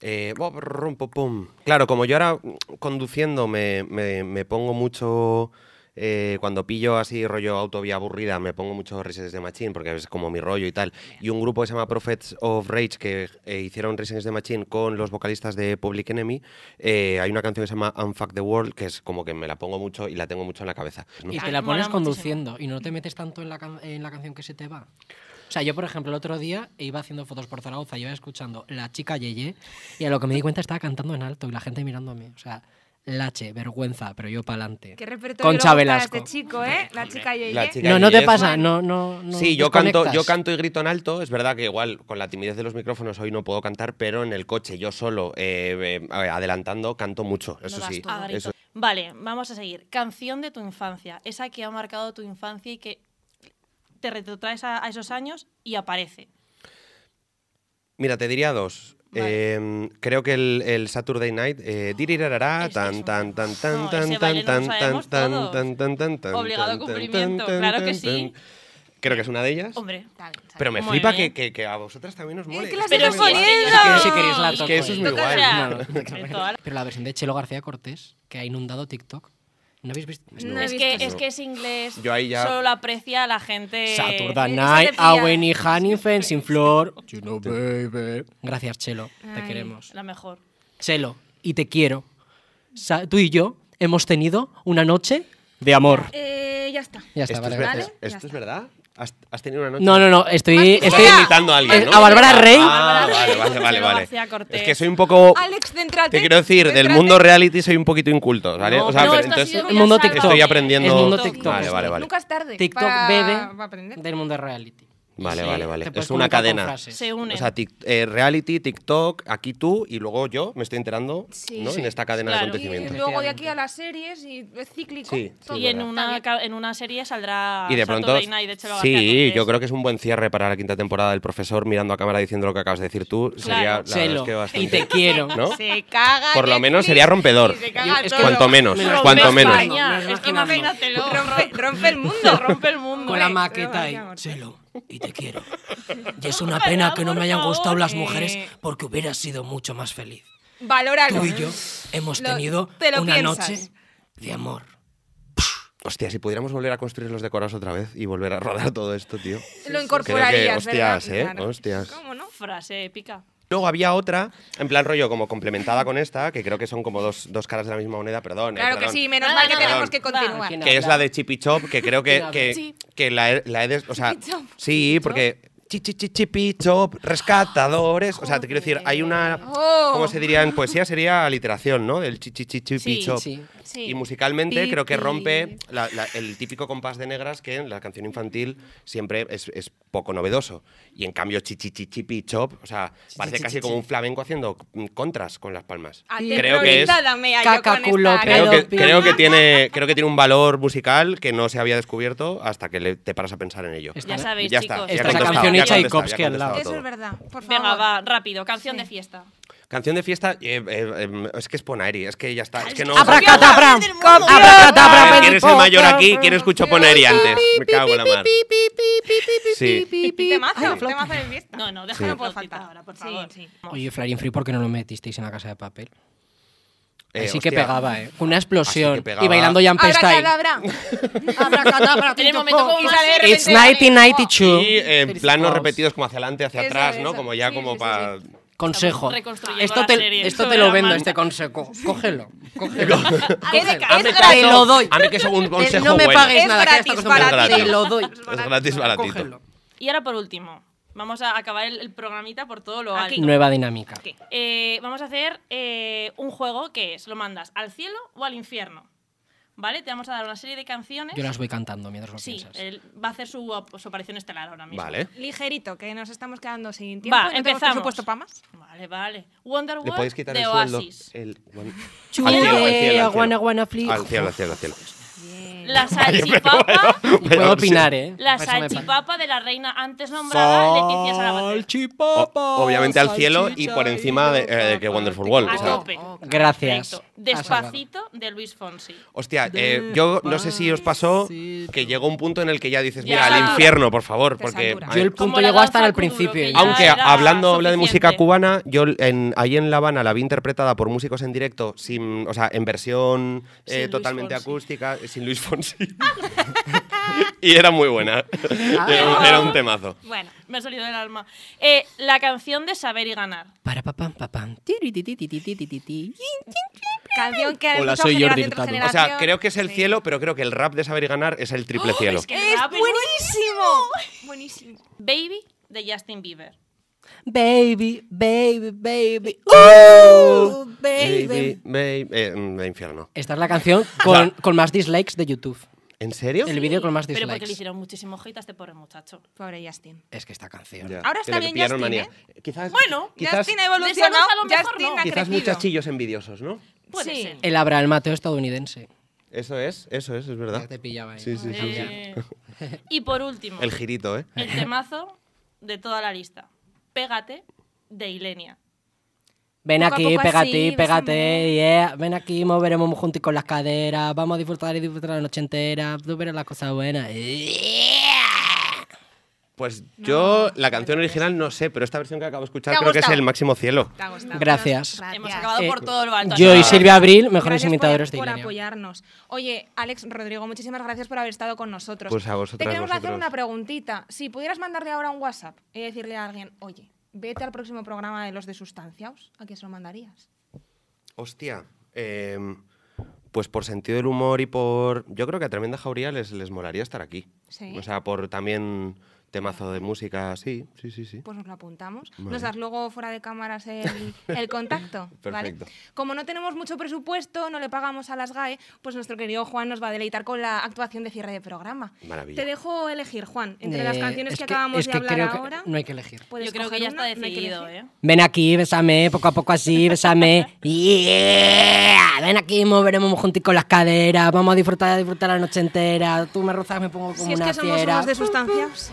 Speaker 4: Eh, bo- brum, pum, pum. Claro, como yo ahora mm, conduciendo me, me- me pongo mucho. eh, cuando pillo así rollo autovía aburrida, me pongo mucho Races de Machine porque es como mi rollo y tal. Y un grupo que se llama Prophets of Rage que eh, hicieron Races de Machine con los vocalistas de Public Enemy. eh, hay una canción que se llama Unfuck the World que es como que me la pongo mucho y la tengo mucho en la cabeza. ¿no?
Speaker 3: Y
Speaker 2: Ah,
Speaker 3: te la
Speaker 2: mola
Speaker 3: pones
Speaker 2: muchísimo.
Speaker 3: conduciendo y no te metes tanto en la, can- en la canción que se te va. O sea, yo, por ejemplo, el otro día iba haciendo fotos por Zaragoza, iba escuchando La Chica Yeye y a lo que me di cuenta estaba cantando en alto y la gente mirándome. O sea, lache, vergüenza, pero yo pa'lante.
Speaker 6: Qué repertorio
Speaker 3: Concha
Speaker 6: luego para
Speaker 3: Velasco.
Speaker 6: este chico, ¿eh? La chica Yeye.
Speaker 4: La chica
Speaker 3: No, no te
Speaker 4: Yeye.
Speaker 3: pasa, no, no, no
Speaker 4: Sí, yo canto, yo
Speaker 3: desconectas.
Speaker 4: canto y grito en alto. Es verdad que igual con la timidez de los micrófonos hoy no puedo cantar, pero en el coche yo solo, eh, eh, a ver, adelantando, canto mucho. Eso
Speaker 6: das
Speaker 4: sí.
Speaker 6: todo.
Speaker 2: A
Speaker 4: eso-
Speaker 2: grito. Vale, vamos a seguir. Canción de tu infancia, esa que ha marcado tu infancia y que te retrotraes a, a esos años y aparece.
Speaker 4: Mira, te diría dos.
Speaker 2: Vale. Ah,
Speaker 4: Eh, creo que el, el Saturday Night. Eh, dirirarará,
Speaker 2: este Es que es
Speaker 4: tan,
Speaker 2: un-
Speaker 4: tan, tan, tan,
Speaker 2: No,
Speaker 4: tan,
Speaker 2: ese
Speaker 4: tan,
Speaker 2: baile no
Speaker 4: tan,
Speaker 2: lo
Speaker 4: tan,
Speaker 2: sabemos
Speaker 4: tan,
Speaker 2: todos.
Speaker 4: tan, tan, tan, tan,
Speaker 2: Obligado
Speaker 4: tan, tan,
Speaker 2: cumplimiento,
Speaker 4: tan,
Speaker 2: claro
Speaker 4: tan,
Speaker 2: que
Speaker 4: tan.
Speaker 2: sí.
Speaker 4: Creo que es una de ellas.
Speaker 2: Hombre,
Speaker 6: Tal, tal.
Speaker 4: Pero me
Speaker 2: Muy
Speaker 4: flipa
Speaker 2: bien.
Speaker 4: que, que- que a vosotras también os mole.
Speaker 6: que las
Speaker 2: Pero
Speaker 6: Pero
Speaker 2: sí,
Speaker 6: sí,
Speaker 2: poniendo.
Speaker 6: es que- es
Speaker 3: que queréis la
Speaker 4: Es que eso es muy
Speaker 2: Toca
Speaker 4: guay.
Speaker 2: ya.
Speaker 3: No, no, no,
Speaker 2: De toda la-
Speaker 3: Pero la versión de Chelo García Cortés, que ha inundado TikTok, ¿no habéis visto?
Speaker 6: No he
Speaker 2: Es
Speaker 6: visto
Speaker 2: que,
Speaker 6: eso.
Speaker 2: es que es inglés.
Speaker 4: Yo ahí ya-
Speaker 2: Solo lo aprecia la gente.
Speaker 3: Saturday
Speaker 6: eh,
Speaker 3: Night,
Speaker 6: eso te pilla.
Speaker 3: Awen y Hanifen sin flor. You know, baby. Gracias, Chelo. Te
Speaker 6: Ay.
Speaker 3: queremos.
Speaker 2: La mejor.
Speaker 3: Chelo, y te quiero. Sa- tú y yo hemos tenido una noche de amor.
Speaker 1: Eh, ya está.
Speaker 3: Ya está,
Speaker 4: ¿Esto es
Speaker 3: vale.
Speaker 4: ver-
Speaker 3: gracias.
Speaker 4: es- esto es verdad? ¿Has has tenido una noche?
Speaker 3: No, no, no, estoy.
Speaker 6: Más
Speaker 3: estoy
Speaker 6: sincera.
Speaker 4: imitando a alguien,
Speaker 3: Eh,
Speaker 4: ¿no?
Speaker 3: a Bárbara Rey.
Speaker 4: Ah,
Speaker 2: Bárbara
Speaker 4: vale,
Speaker 2: Rey,
Speaker 4: vale, vale,
Speaker 2: Marcelo
Speaker 4: vale.
Speaker 2: García Cortés.
Speaker 4: Es que soy un poco...
Speaker 6: Alex, céntrate.
Speaker 4: Te quiero decir, del
Speaker 6: céntrate.
Speaker 4: mundo reality soy un poquito inculto, ¿vale?
Speaker 2: No,
Speaker 4: o sea,
Speaker 2: no,
Speaker 4: pero
Speaker 2: esto ha
Speaker 4: entonces
Speaker 2: sido
Speaker 3: El mundo
Speaker 2: Voy a
Speaker 3: TikTok.
Speaker 4: estoy aprendiendo...
Speaker 3: El mundo
Speaker 6: TikTok.
Speaker 3: TikTok.
Speaker 4: Vale, vale, vale.
Speaker 6: Nunca es tarde.
Speaker 3: TikTok
Speaker 6: para- para
Speaker 3: bebe
Speaker 6: aprender.
Speaker 3: del mundo reality.
Speaker 4: Vale,
Speaker 3: Sí,
Speaker 4: vale, vale.
Speaker 3: te puedes
Speaker 4: Es una
Speaker 3: comunicar con
Speaker 4: cadena.
Speaker 3: frases.
Speaker 2: Se unen.
Speaker 4: O sea, tic- eh, reality, TikTok, aquí tú y luego yo me estoy enterando
Speaker 6: Sí.
Speaker 4: ¿no?
Speaker 6: Sí.
Speaker 4: en esta cadena
Speaker 2: Claro.
Speaker 4: de
Speaker 6: Y
Speaker 4: acontecimientos.
Speaker 6: luego de aquí a las series y es cíclico.
Speaker 4: Sí, sí,
Speaker 6: todo.
Speaker 2: y en
Speaker 4: verdad.
Speaker 2: una, ca- en una serie saldrá.
Speaker 4: Y de pronto.
Speaker 2: Saturday Night de Chelo García
Speaker 4: Sí,
Speaker 2: Cortés.
Speaker 4: yo creo que es un buen cierre para la quinta temporada del profesor mirando a cámara diciendo lo que acabas de decir tú. Sería la verdad es
Speaker 3: Chelo,
Speaker 4: que
Speaker 3: y
Speaker 4: bastante.
Speaker 3: te quiero.
Speaker 4: ¿No?
Speaker 6: Se caga.
Speaker 4: Por lo menos
Speaker 6: Netflix
Speaker 4: sería rompedor.
Speaker 6: y se caga
Speaker 3: Es que-
Speaker 6: todo.
Speaker 4: Cuanto menos,
Speaker 3: Me lo
Speaker 4: cuanto
Speaker 3: imagino.
Speaker 4: menos.
Speaker 3: Me lo
Speaker 2: España,
Speaker 3: imagino.
Speaker 2: esto imagínatelo.
Speaker 6: Rompe, rompe el mundo.
Speaker 2: Se rompe el mundo.
Speaker 3: Con la
Speaker 6: Hombre,
Speaker 3: maqueta
Speaker 6: Chelo
Speaker 3: ahí.
Speaker 6: García Cortés.
Speaker 5: Chelo.
Speaker 3: Y te quiero. Y es una pena que no me hayan
Speaker 2: por
Speaker 3: gustado
Speaker 2: favor.
Speaker 3: las mujeres
Speaker 2: Eh.
Speaker 3: porque hubieras sido mucho más feliz.
Speaker 6: Valóralo.
Speaker 3: Tú y yo hemos
Speaker 6: Lo-
Speaker 3: tenido
Speaker 6: te lo
Speaker 3: una
Speaker 6: piensas.
Speaker 3: noche de amor.
Speaker 4: Hostia, si pudiéramos volver a construir los decorados otra vez y volver a rodar todo esto, tío.
Speaker 6: Lo
Speaker 4: Creo que,
Speaker 6: incorporarías, ¿verdad?
Speaker 4: hostias, ¿eh?
Speaker 6: Claro.
Speaker 4: Hostias.
Speaker 6: ¿Cómo no?
Speaker 2: Frase épica.
Speaker 4: Luego había otra, en plan rollo, como complementada con esta, que creo que son como dos, dos caras de la misma moneda, perdón. eh,
Speaker 6: Claro que
Speaker 4: perdón.
Speaker 6: sí, menos
Speaker 2: Nada,
Speaker 6: mal que
Speaker 2: nada,
Speaker 6: tenemos
Speaker 4: perdón.
Speaker 6: que
Speaker 2: Va.
Speaker 6: continuar.
Speaker 3: ¿Quién
Speaker 4: que es
Speaker 3: habla?
Speaker 4: la de Chippy Chop, que creo que, que,
Speaker 6: Sí.
Speaker 4: que la, he- la he des- O sea,
Speaker 6: Chippy Chop.
Speaker 4: sí, porque. chi, chi, chi, Chippy Chop, rescatadores. O sea, te quiero decir, hay una.
Speaker 6: Oh.
Speaker 4: ¿Cómo se diría en poesía? Sería aliteración, ¿no? Del chi, chi, chi, Chippy
Speaker 2: Sí,
Speaker 4: Chop.
Speaker 3: sí.
Speaker 6: Sí.
Speaker 4: Y musicalmente
Speaker 6: Pi,
Speaker 4: creo que
Speaker 6: pi.
Speaker 4: rompe la- la- el típico compás de negras que en la canción infantil siempre es, es poco novedoso. Y en cambio, chi, chi, chi, Chippy Chop, o sea, parece
Speaker 3: chi,
Speaker 4: casi
Speaker 3: chi,
Speaker 4: como
Speaker 3: chi.
Speaker 4: un flamenco haciendo mm, contras con las palmas.
Speaker 6: Creo que es
Speaker 3: Cacaculo, Pero
Speaker 4: Creo que,
Speaker 3: pi-
Speaker 4: creo, que tiene, creo que tiene un valor musical que no se había descubierto hasta que le- te paras a pensar en ello.
Speaker 2: Ya sabéis,
Speaker 4: ya
Speaker 2: chicos.
Speaker 4: está.
Speaker 3: Esta
Speaker 4: ya
Speaker 3: es la
Speaker 4: contestado,
Speaker 3: canción
Speaker 4: ya
Speaker 3: hecha y
Speaker 4: contestado, ya
Speaker 3: Kopsky al lado.
Speaker 4: contestado
Speaker 6: Eso
Speaker 4: todo.
Speaker 6: es verdad, por favor.
Speaker 2: Venga, va, rápido. Canción de fiesta.
Speaker 6: Ah.
Speaker 4: Canción de fiesta, eh, eh, eh, es que es Poneri, es que ya está. Es que no.
Speaker 3: Abracadabra.
Speaker 4: A ver,
Speaker 3: Abracadabra.
Speaker 4: ¿Quién es el mayor aquí? ¿Quién escuchó Poneri antes? Me cago en la mar. Sí.
Speaker 6: Temazo, temazo de fiesta.
Speaker 2: No, no, déjalo
Speaker 6: No puede
Speaker 2: faltar
Speaker 6: faltar.
Speaker 2: ahora, por
Speaker 6: Sí,
Speaker 2: favor.
Speaker 6: sí.
Speaker 3: Oye, Flying Free, ¿por qué no lo metisteis en la casa de papel?
Speaker 4: Eh,
Speaker 3: así que
Speaker 4: hostia.
Speaker 3: pegaba, ¿eh? Con una explosión.
Speaker 4: Así que pegaba.
Speaker 3: Y bailando Jump Style.
Speaker 6: Abracadabra.
Speaker 1: Pues
Speaker 6: Abracadabra.
Speaker 2: Tiene momento como
Speaker 6: Y
Speaker 2: más-
Speaker 6: sale de repente-
Speaker 3: It's 1992.
Speaker 4: Y eh,
Speaker 3: Three
Speaker 4: planos
Speaker 3: Stools.
Speaker 4: repetidos como hacia adelante, hacia
Speaker 6: Eso,
Speaker 4: atrás, ¿no?
Speaker 6: eso.
Speaker 4: Como ya
Speaker 6: Sí,
Speaker 4: como
Speaker 6: sí, sí,
Speaker 4: para.
Speaker 3: Consejo.
Speaker 2: reconstruyendo
Speaker 3: Esto
Speaker 2: la serie
Speaker 3: te, esto
Speaker 2: sobre
Speaker 3: te
Speaker 2: la
Speaker 3: lo vendo,
Speaker 2: mano.
Speaker 3: este consejo. Cógelo. Cógelo.
Speaker 6: Es de- es
Speaker 3: Te
Speaker 6: gratis.
Speaker 3: lo doy.
Speaker 4: A mí que es un consejo
Speaker 3: No me
Speaker 4: bueno.
Speaker 3: pagues
Speaker 6: Es
Speaker 3: nada. que ya está
Speaker 6: gratis,
Speaker 3: acostumbrado.
Speaker 4: baratito.
Speaker 3: Te lo doy.
Speaker 4: Es gratis, baratito.
Speaker 3: Cógelo.
Speaker 2: Y ahora por último, vamos a acabar el, el programita por todo lo
Speaker 6: Aquí.
Speaker 2: alto.
Speaker 3: Nueva dinámica.
Speaker 2: Aquí. Eh, vamos a hacer eh, un juego que es, lo mandas al cielo o al infierno. ¿Vale? Te vamos a dar una serie de canciones.
Speaker 3: Yo las voy cantando mientras lo
Speaker 2: sí,
Speaker 3: piensas.
Speaker 2: él va a hacer su, op- su aparición estelar ahora mismo.
Speaker 4: Vale.
Speaker 6: Ligerito, que nos estamos quedando sin tiempo. y
Speaker 2: Va,
Speaker 6: no tenemos
Speaker 2: empezamos.
Speaker 6: presupuesto para más.
Speaker 2: Vale, vale. Wonder
Speaker 4: Le
Speaker 2: Woman
Speaker 4: podéis quitar
Speaker 2: de
Speaker 4: el sueldo. Eh,
Speaker 2: Oasis.
Speaker 4: El- bueno,
Speaker 3: Chuye,
Speaker 4: al cielo, al cielo, al cielo.
Speaker 3: guana, guana, fli-
Speaker 4: Al cielo, al cielo, al cielo.
Speaker 2: La salchipapa.
Speaker 3: Puedo opinar, ¿eh?
Speaker 2: La
Speaker 3: Eso me pa-
Speaker 2: salchipapa de la reina antes nombrada, Leticia Salamanca.
Speaker 5: Salchipapa,
Speaker 4: O- obviamente al cielo y
Speaker 5: salchicha
Speaker 4: por encima de, eh, que Wonderful World.
Speaker 2: A
Speaker 4: o sea.
Speaker 2: tope.
Speaker 3: Oh, Gracias.
Speaker 2: Perfecto. Despacito de Luis Fonsi.
Speaker 4: Hostia, eh, yo no sé si os pasó que llegó un punto en el que ya dices,
Speaker 2: Ya.
Speaker 4: mira, al infierno, por favor, porque...
Speaker 1: satura.
Speaker 3: Yo el
Speaker 2: Como
Speaker 3: punto
Speaker 2: la
Speaker 3: llegó hasta
Speaker 2: danza
Speaker 3: el
Speaker 2: kuduro,
Speaker 3: principio.
Speaker 2: que
Speaker 3: ya.
Speaker 2: ya-
Speaker 4: Aunque
Speaker 2: era
Speaker 4: hablando habla de música
Speaker 2: suficiente.
Speaker 4: cubana, yo en, ahí en La Habana la vi interpretada por músicos en directo, sin, o sea, en versión eh,
Speaker 2: Sin Luis
Speaker 4: totalmente
Speaker 2: Fonsi.
Speaker 4: acústica, eh, sin Luis Fonsi. y era muy buena.
Speaker 3: Ah.
Speaker 4: Era, un- era un temazo.
Speaker 2: Bueno, me ha salido del alma. Eh, la canción de Saber y Ganar.
Speaker 3: Para papam, papam.
Speaker 1: Canción que ha
Speaker 5: Hola,
Speaker 1: escuchado
Speaker 5: soy Jordi
Speaker 1: generación tras
Speaker 5: Hurtado.
Speaker 4: O sea,
Speaker 1: generación.
Speaker 4: creo que es el
Speaker 1: Sí. Oh,
Speaker 4: cielo, pero creo que el rap de saber y ganar es el triple cielo.
Speaker 2: Es que el rap es
Speaker 1: buenísimo. Buenísimo.
Speaker 2: Baby de Justin Bieber.
Speaker 3: Baby, baby, baby. Uh,
Speaker 4: Oh, Baby, baby, eh, mm, de infierno.
Speaker 3: Esta es la canción con, con más dislikes de YouTube.
Speaker 4: ¿En serio?
Speaker 3: El vídeo con más
Speaker 2: Pero porque le
Speaker 3: dislikes.
Speaker 2: hicieron muchísimo hate a este pobre muchacho.
Speaker 1: Pobre Justin.
Speaker 3: Es que esta canción.
Speaker 4: Ya,
Speaker 1: Ahora
Speaker 4: que
Speaker 1: está
Speaker 4: le
Speaker 1: bien
Speaker 4: pillaron
Speaker 1: Justin, ¿eh?
Speaker 4: Quizás,
Speaker 2: Bueno,
Speaker 4: quizás,
Speaker 1: Justin ha evolucionado.
Speaker 2: a lo mejor
Speaker 1: Justin
Speaker 2: no.
Speaker 1: ha
Speaker 4: quizás
Speaker 1: crecido.
Speaker 4: muchos chillos envidiosos, ¿no?
Speaker 2: Puede
Speaker 1: Sí.
Speaker 2: ser.
Speaker 3: El Abraham Mateo estadounidense.
Speaker 4: Eso es, eso es, es
Speaker 3: Ya
Speaker 4: verdad.
Speaker 3: te pillaba ahí.
Speaker 4: Sí, sí, sí. sí.
Speaker 2: Eh, Y por último,
Speaker 4: El
Speaker 2: el,
Speaker 4: girito, ¿eh?
Speaker 2: temazo de toda la lista. Pégate de Ilenia.
Speaker 3: Ven
Speaker 1: Poco a
Speaker 3: aquí,
Speaker 1: poco
Speaker 3: pégate,
Speaker 1: así,
Speaker 3: pégate,
Speaker 1: besame.
Speaker 3: yeah. Ven aquí, moveremos juntos con las caderas. Vamos a disfrutar y disfrutar la noche entera. Tú verás las cosas buenas.
Speaker 4: Pues yo, la canción original no sé, pero esta versión que acabo de escuchar
Speaker 1: ¿Te ha
Speaker 4: creo que es
Speaker 1: gustado?
Speaker 4: el máximo cielo.
Speaker 1: Te ha gustado.
Speaker 3: Gracias.
Speaker 2: Hemos acabado por todo lo alto.
Speaker 3: Eh, Yo y
Speaker 2: Así que-
Speaker 3: Silvia Abril, mejores
Speaker 1: Gracias por-
Speaker 3: imitadores de
Speaker 1: por,
Speaker 3: Ilenia.
Speaker 1: apoyarnos. Oye, Alex Rodrigo, muchísimas gracias por haber estado con nosotros.
Speaker 4: Pues a vosotras,
Speaker 1: Te queremos hacer
Speaker 4: vosotros.
Speaker 1: una preguntita. Si pudieras mandarle ahora un WhatsApp y decirle a alguien, oye, vete al próximo programa de los de Sustanciaos, ¿a quién se lo mandarías?
Speaker 4: Hostia. em, pues por sentido del humor y por. Yo creo que a Tremenda Jauría les, les molaría estar aquí.
Speaker 1: Sí.
Speaker 4: O sea, por también temazo de música. Sí, sí, sí, sí.
Speaker 1: Pues nos lo apuntamos.
Speaker 4: Vale.
Speaker 1: Nos das luego fuera de cámaras el, el contacto. ¿vale?
Speaker 4: Perfecto.
Speaker 1: Como no tenemos mucho presupuesto, no le pagamos a las GAE, pues nuestro querido Juan nos va a deleitar con la actuación de cierre de programa.
Speaker 4: Maravilla.
Speaker 1: Te dejo elegir, Juan, entre las
Speaker 3: Eh,
Speaker 1: canciones
Speaker 3: es
Speaker 1: que, acabamos
Speaker 3: es
Speaker 1: de
Speaker 3: que
Speaker 1: hablar
Speaker 3: creo que
Speaker 1: ahora.
Speaker 3: no hay que elegir.
Speaker 1: puedes
Speaker 2: Yo creo que
Speaker 1: coger
Speaker 2: ya está
Speaker 1: una, no hay que
Speaker 2: decidido,
Speaker 1: elegir.
Speaker 2: ¿eh?
Speaker 3: Ven aquí, bésame, poco a poco así, bésame. Yeah. Ven aquí, moveremos juntos con las caderas. Vamos a disfrutar, a disfrutar la noche entera. Tú me rozas, me pongo como
Speaker 1: Si es
Speaker 3: una
Speaker 1: que somos
Speaker 3: fiera.
Speaker 1: unos de sustancias.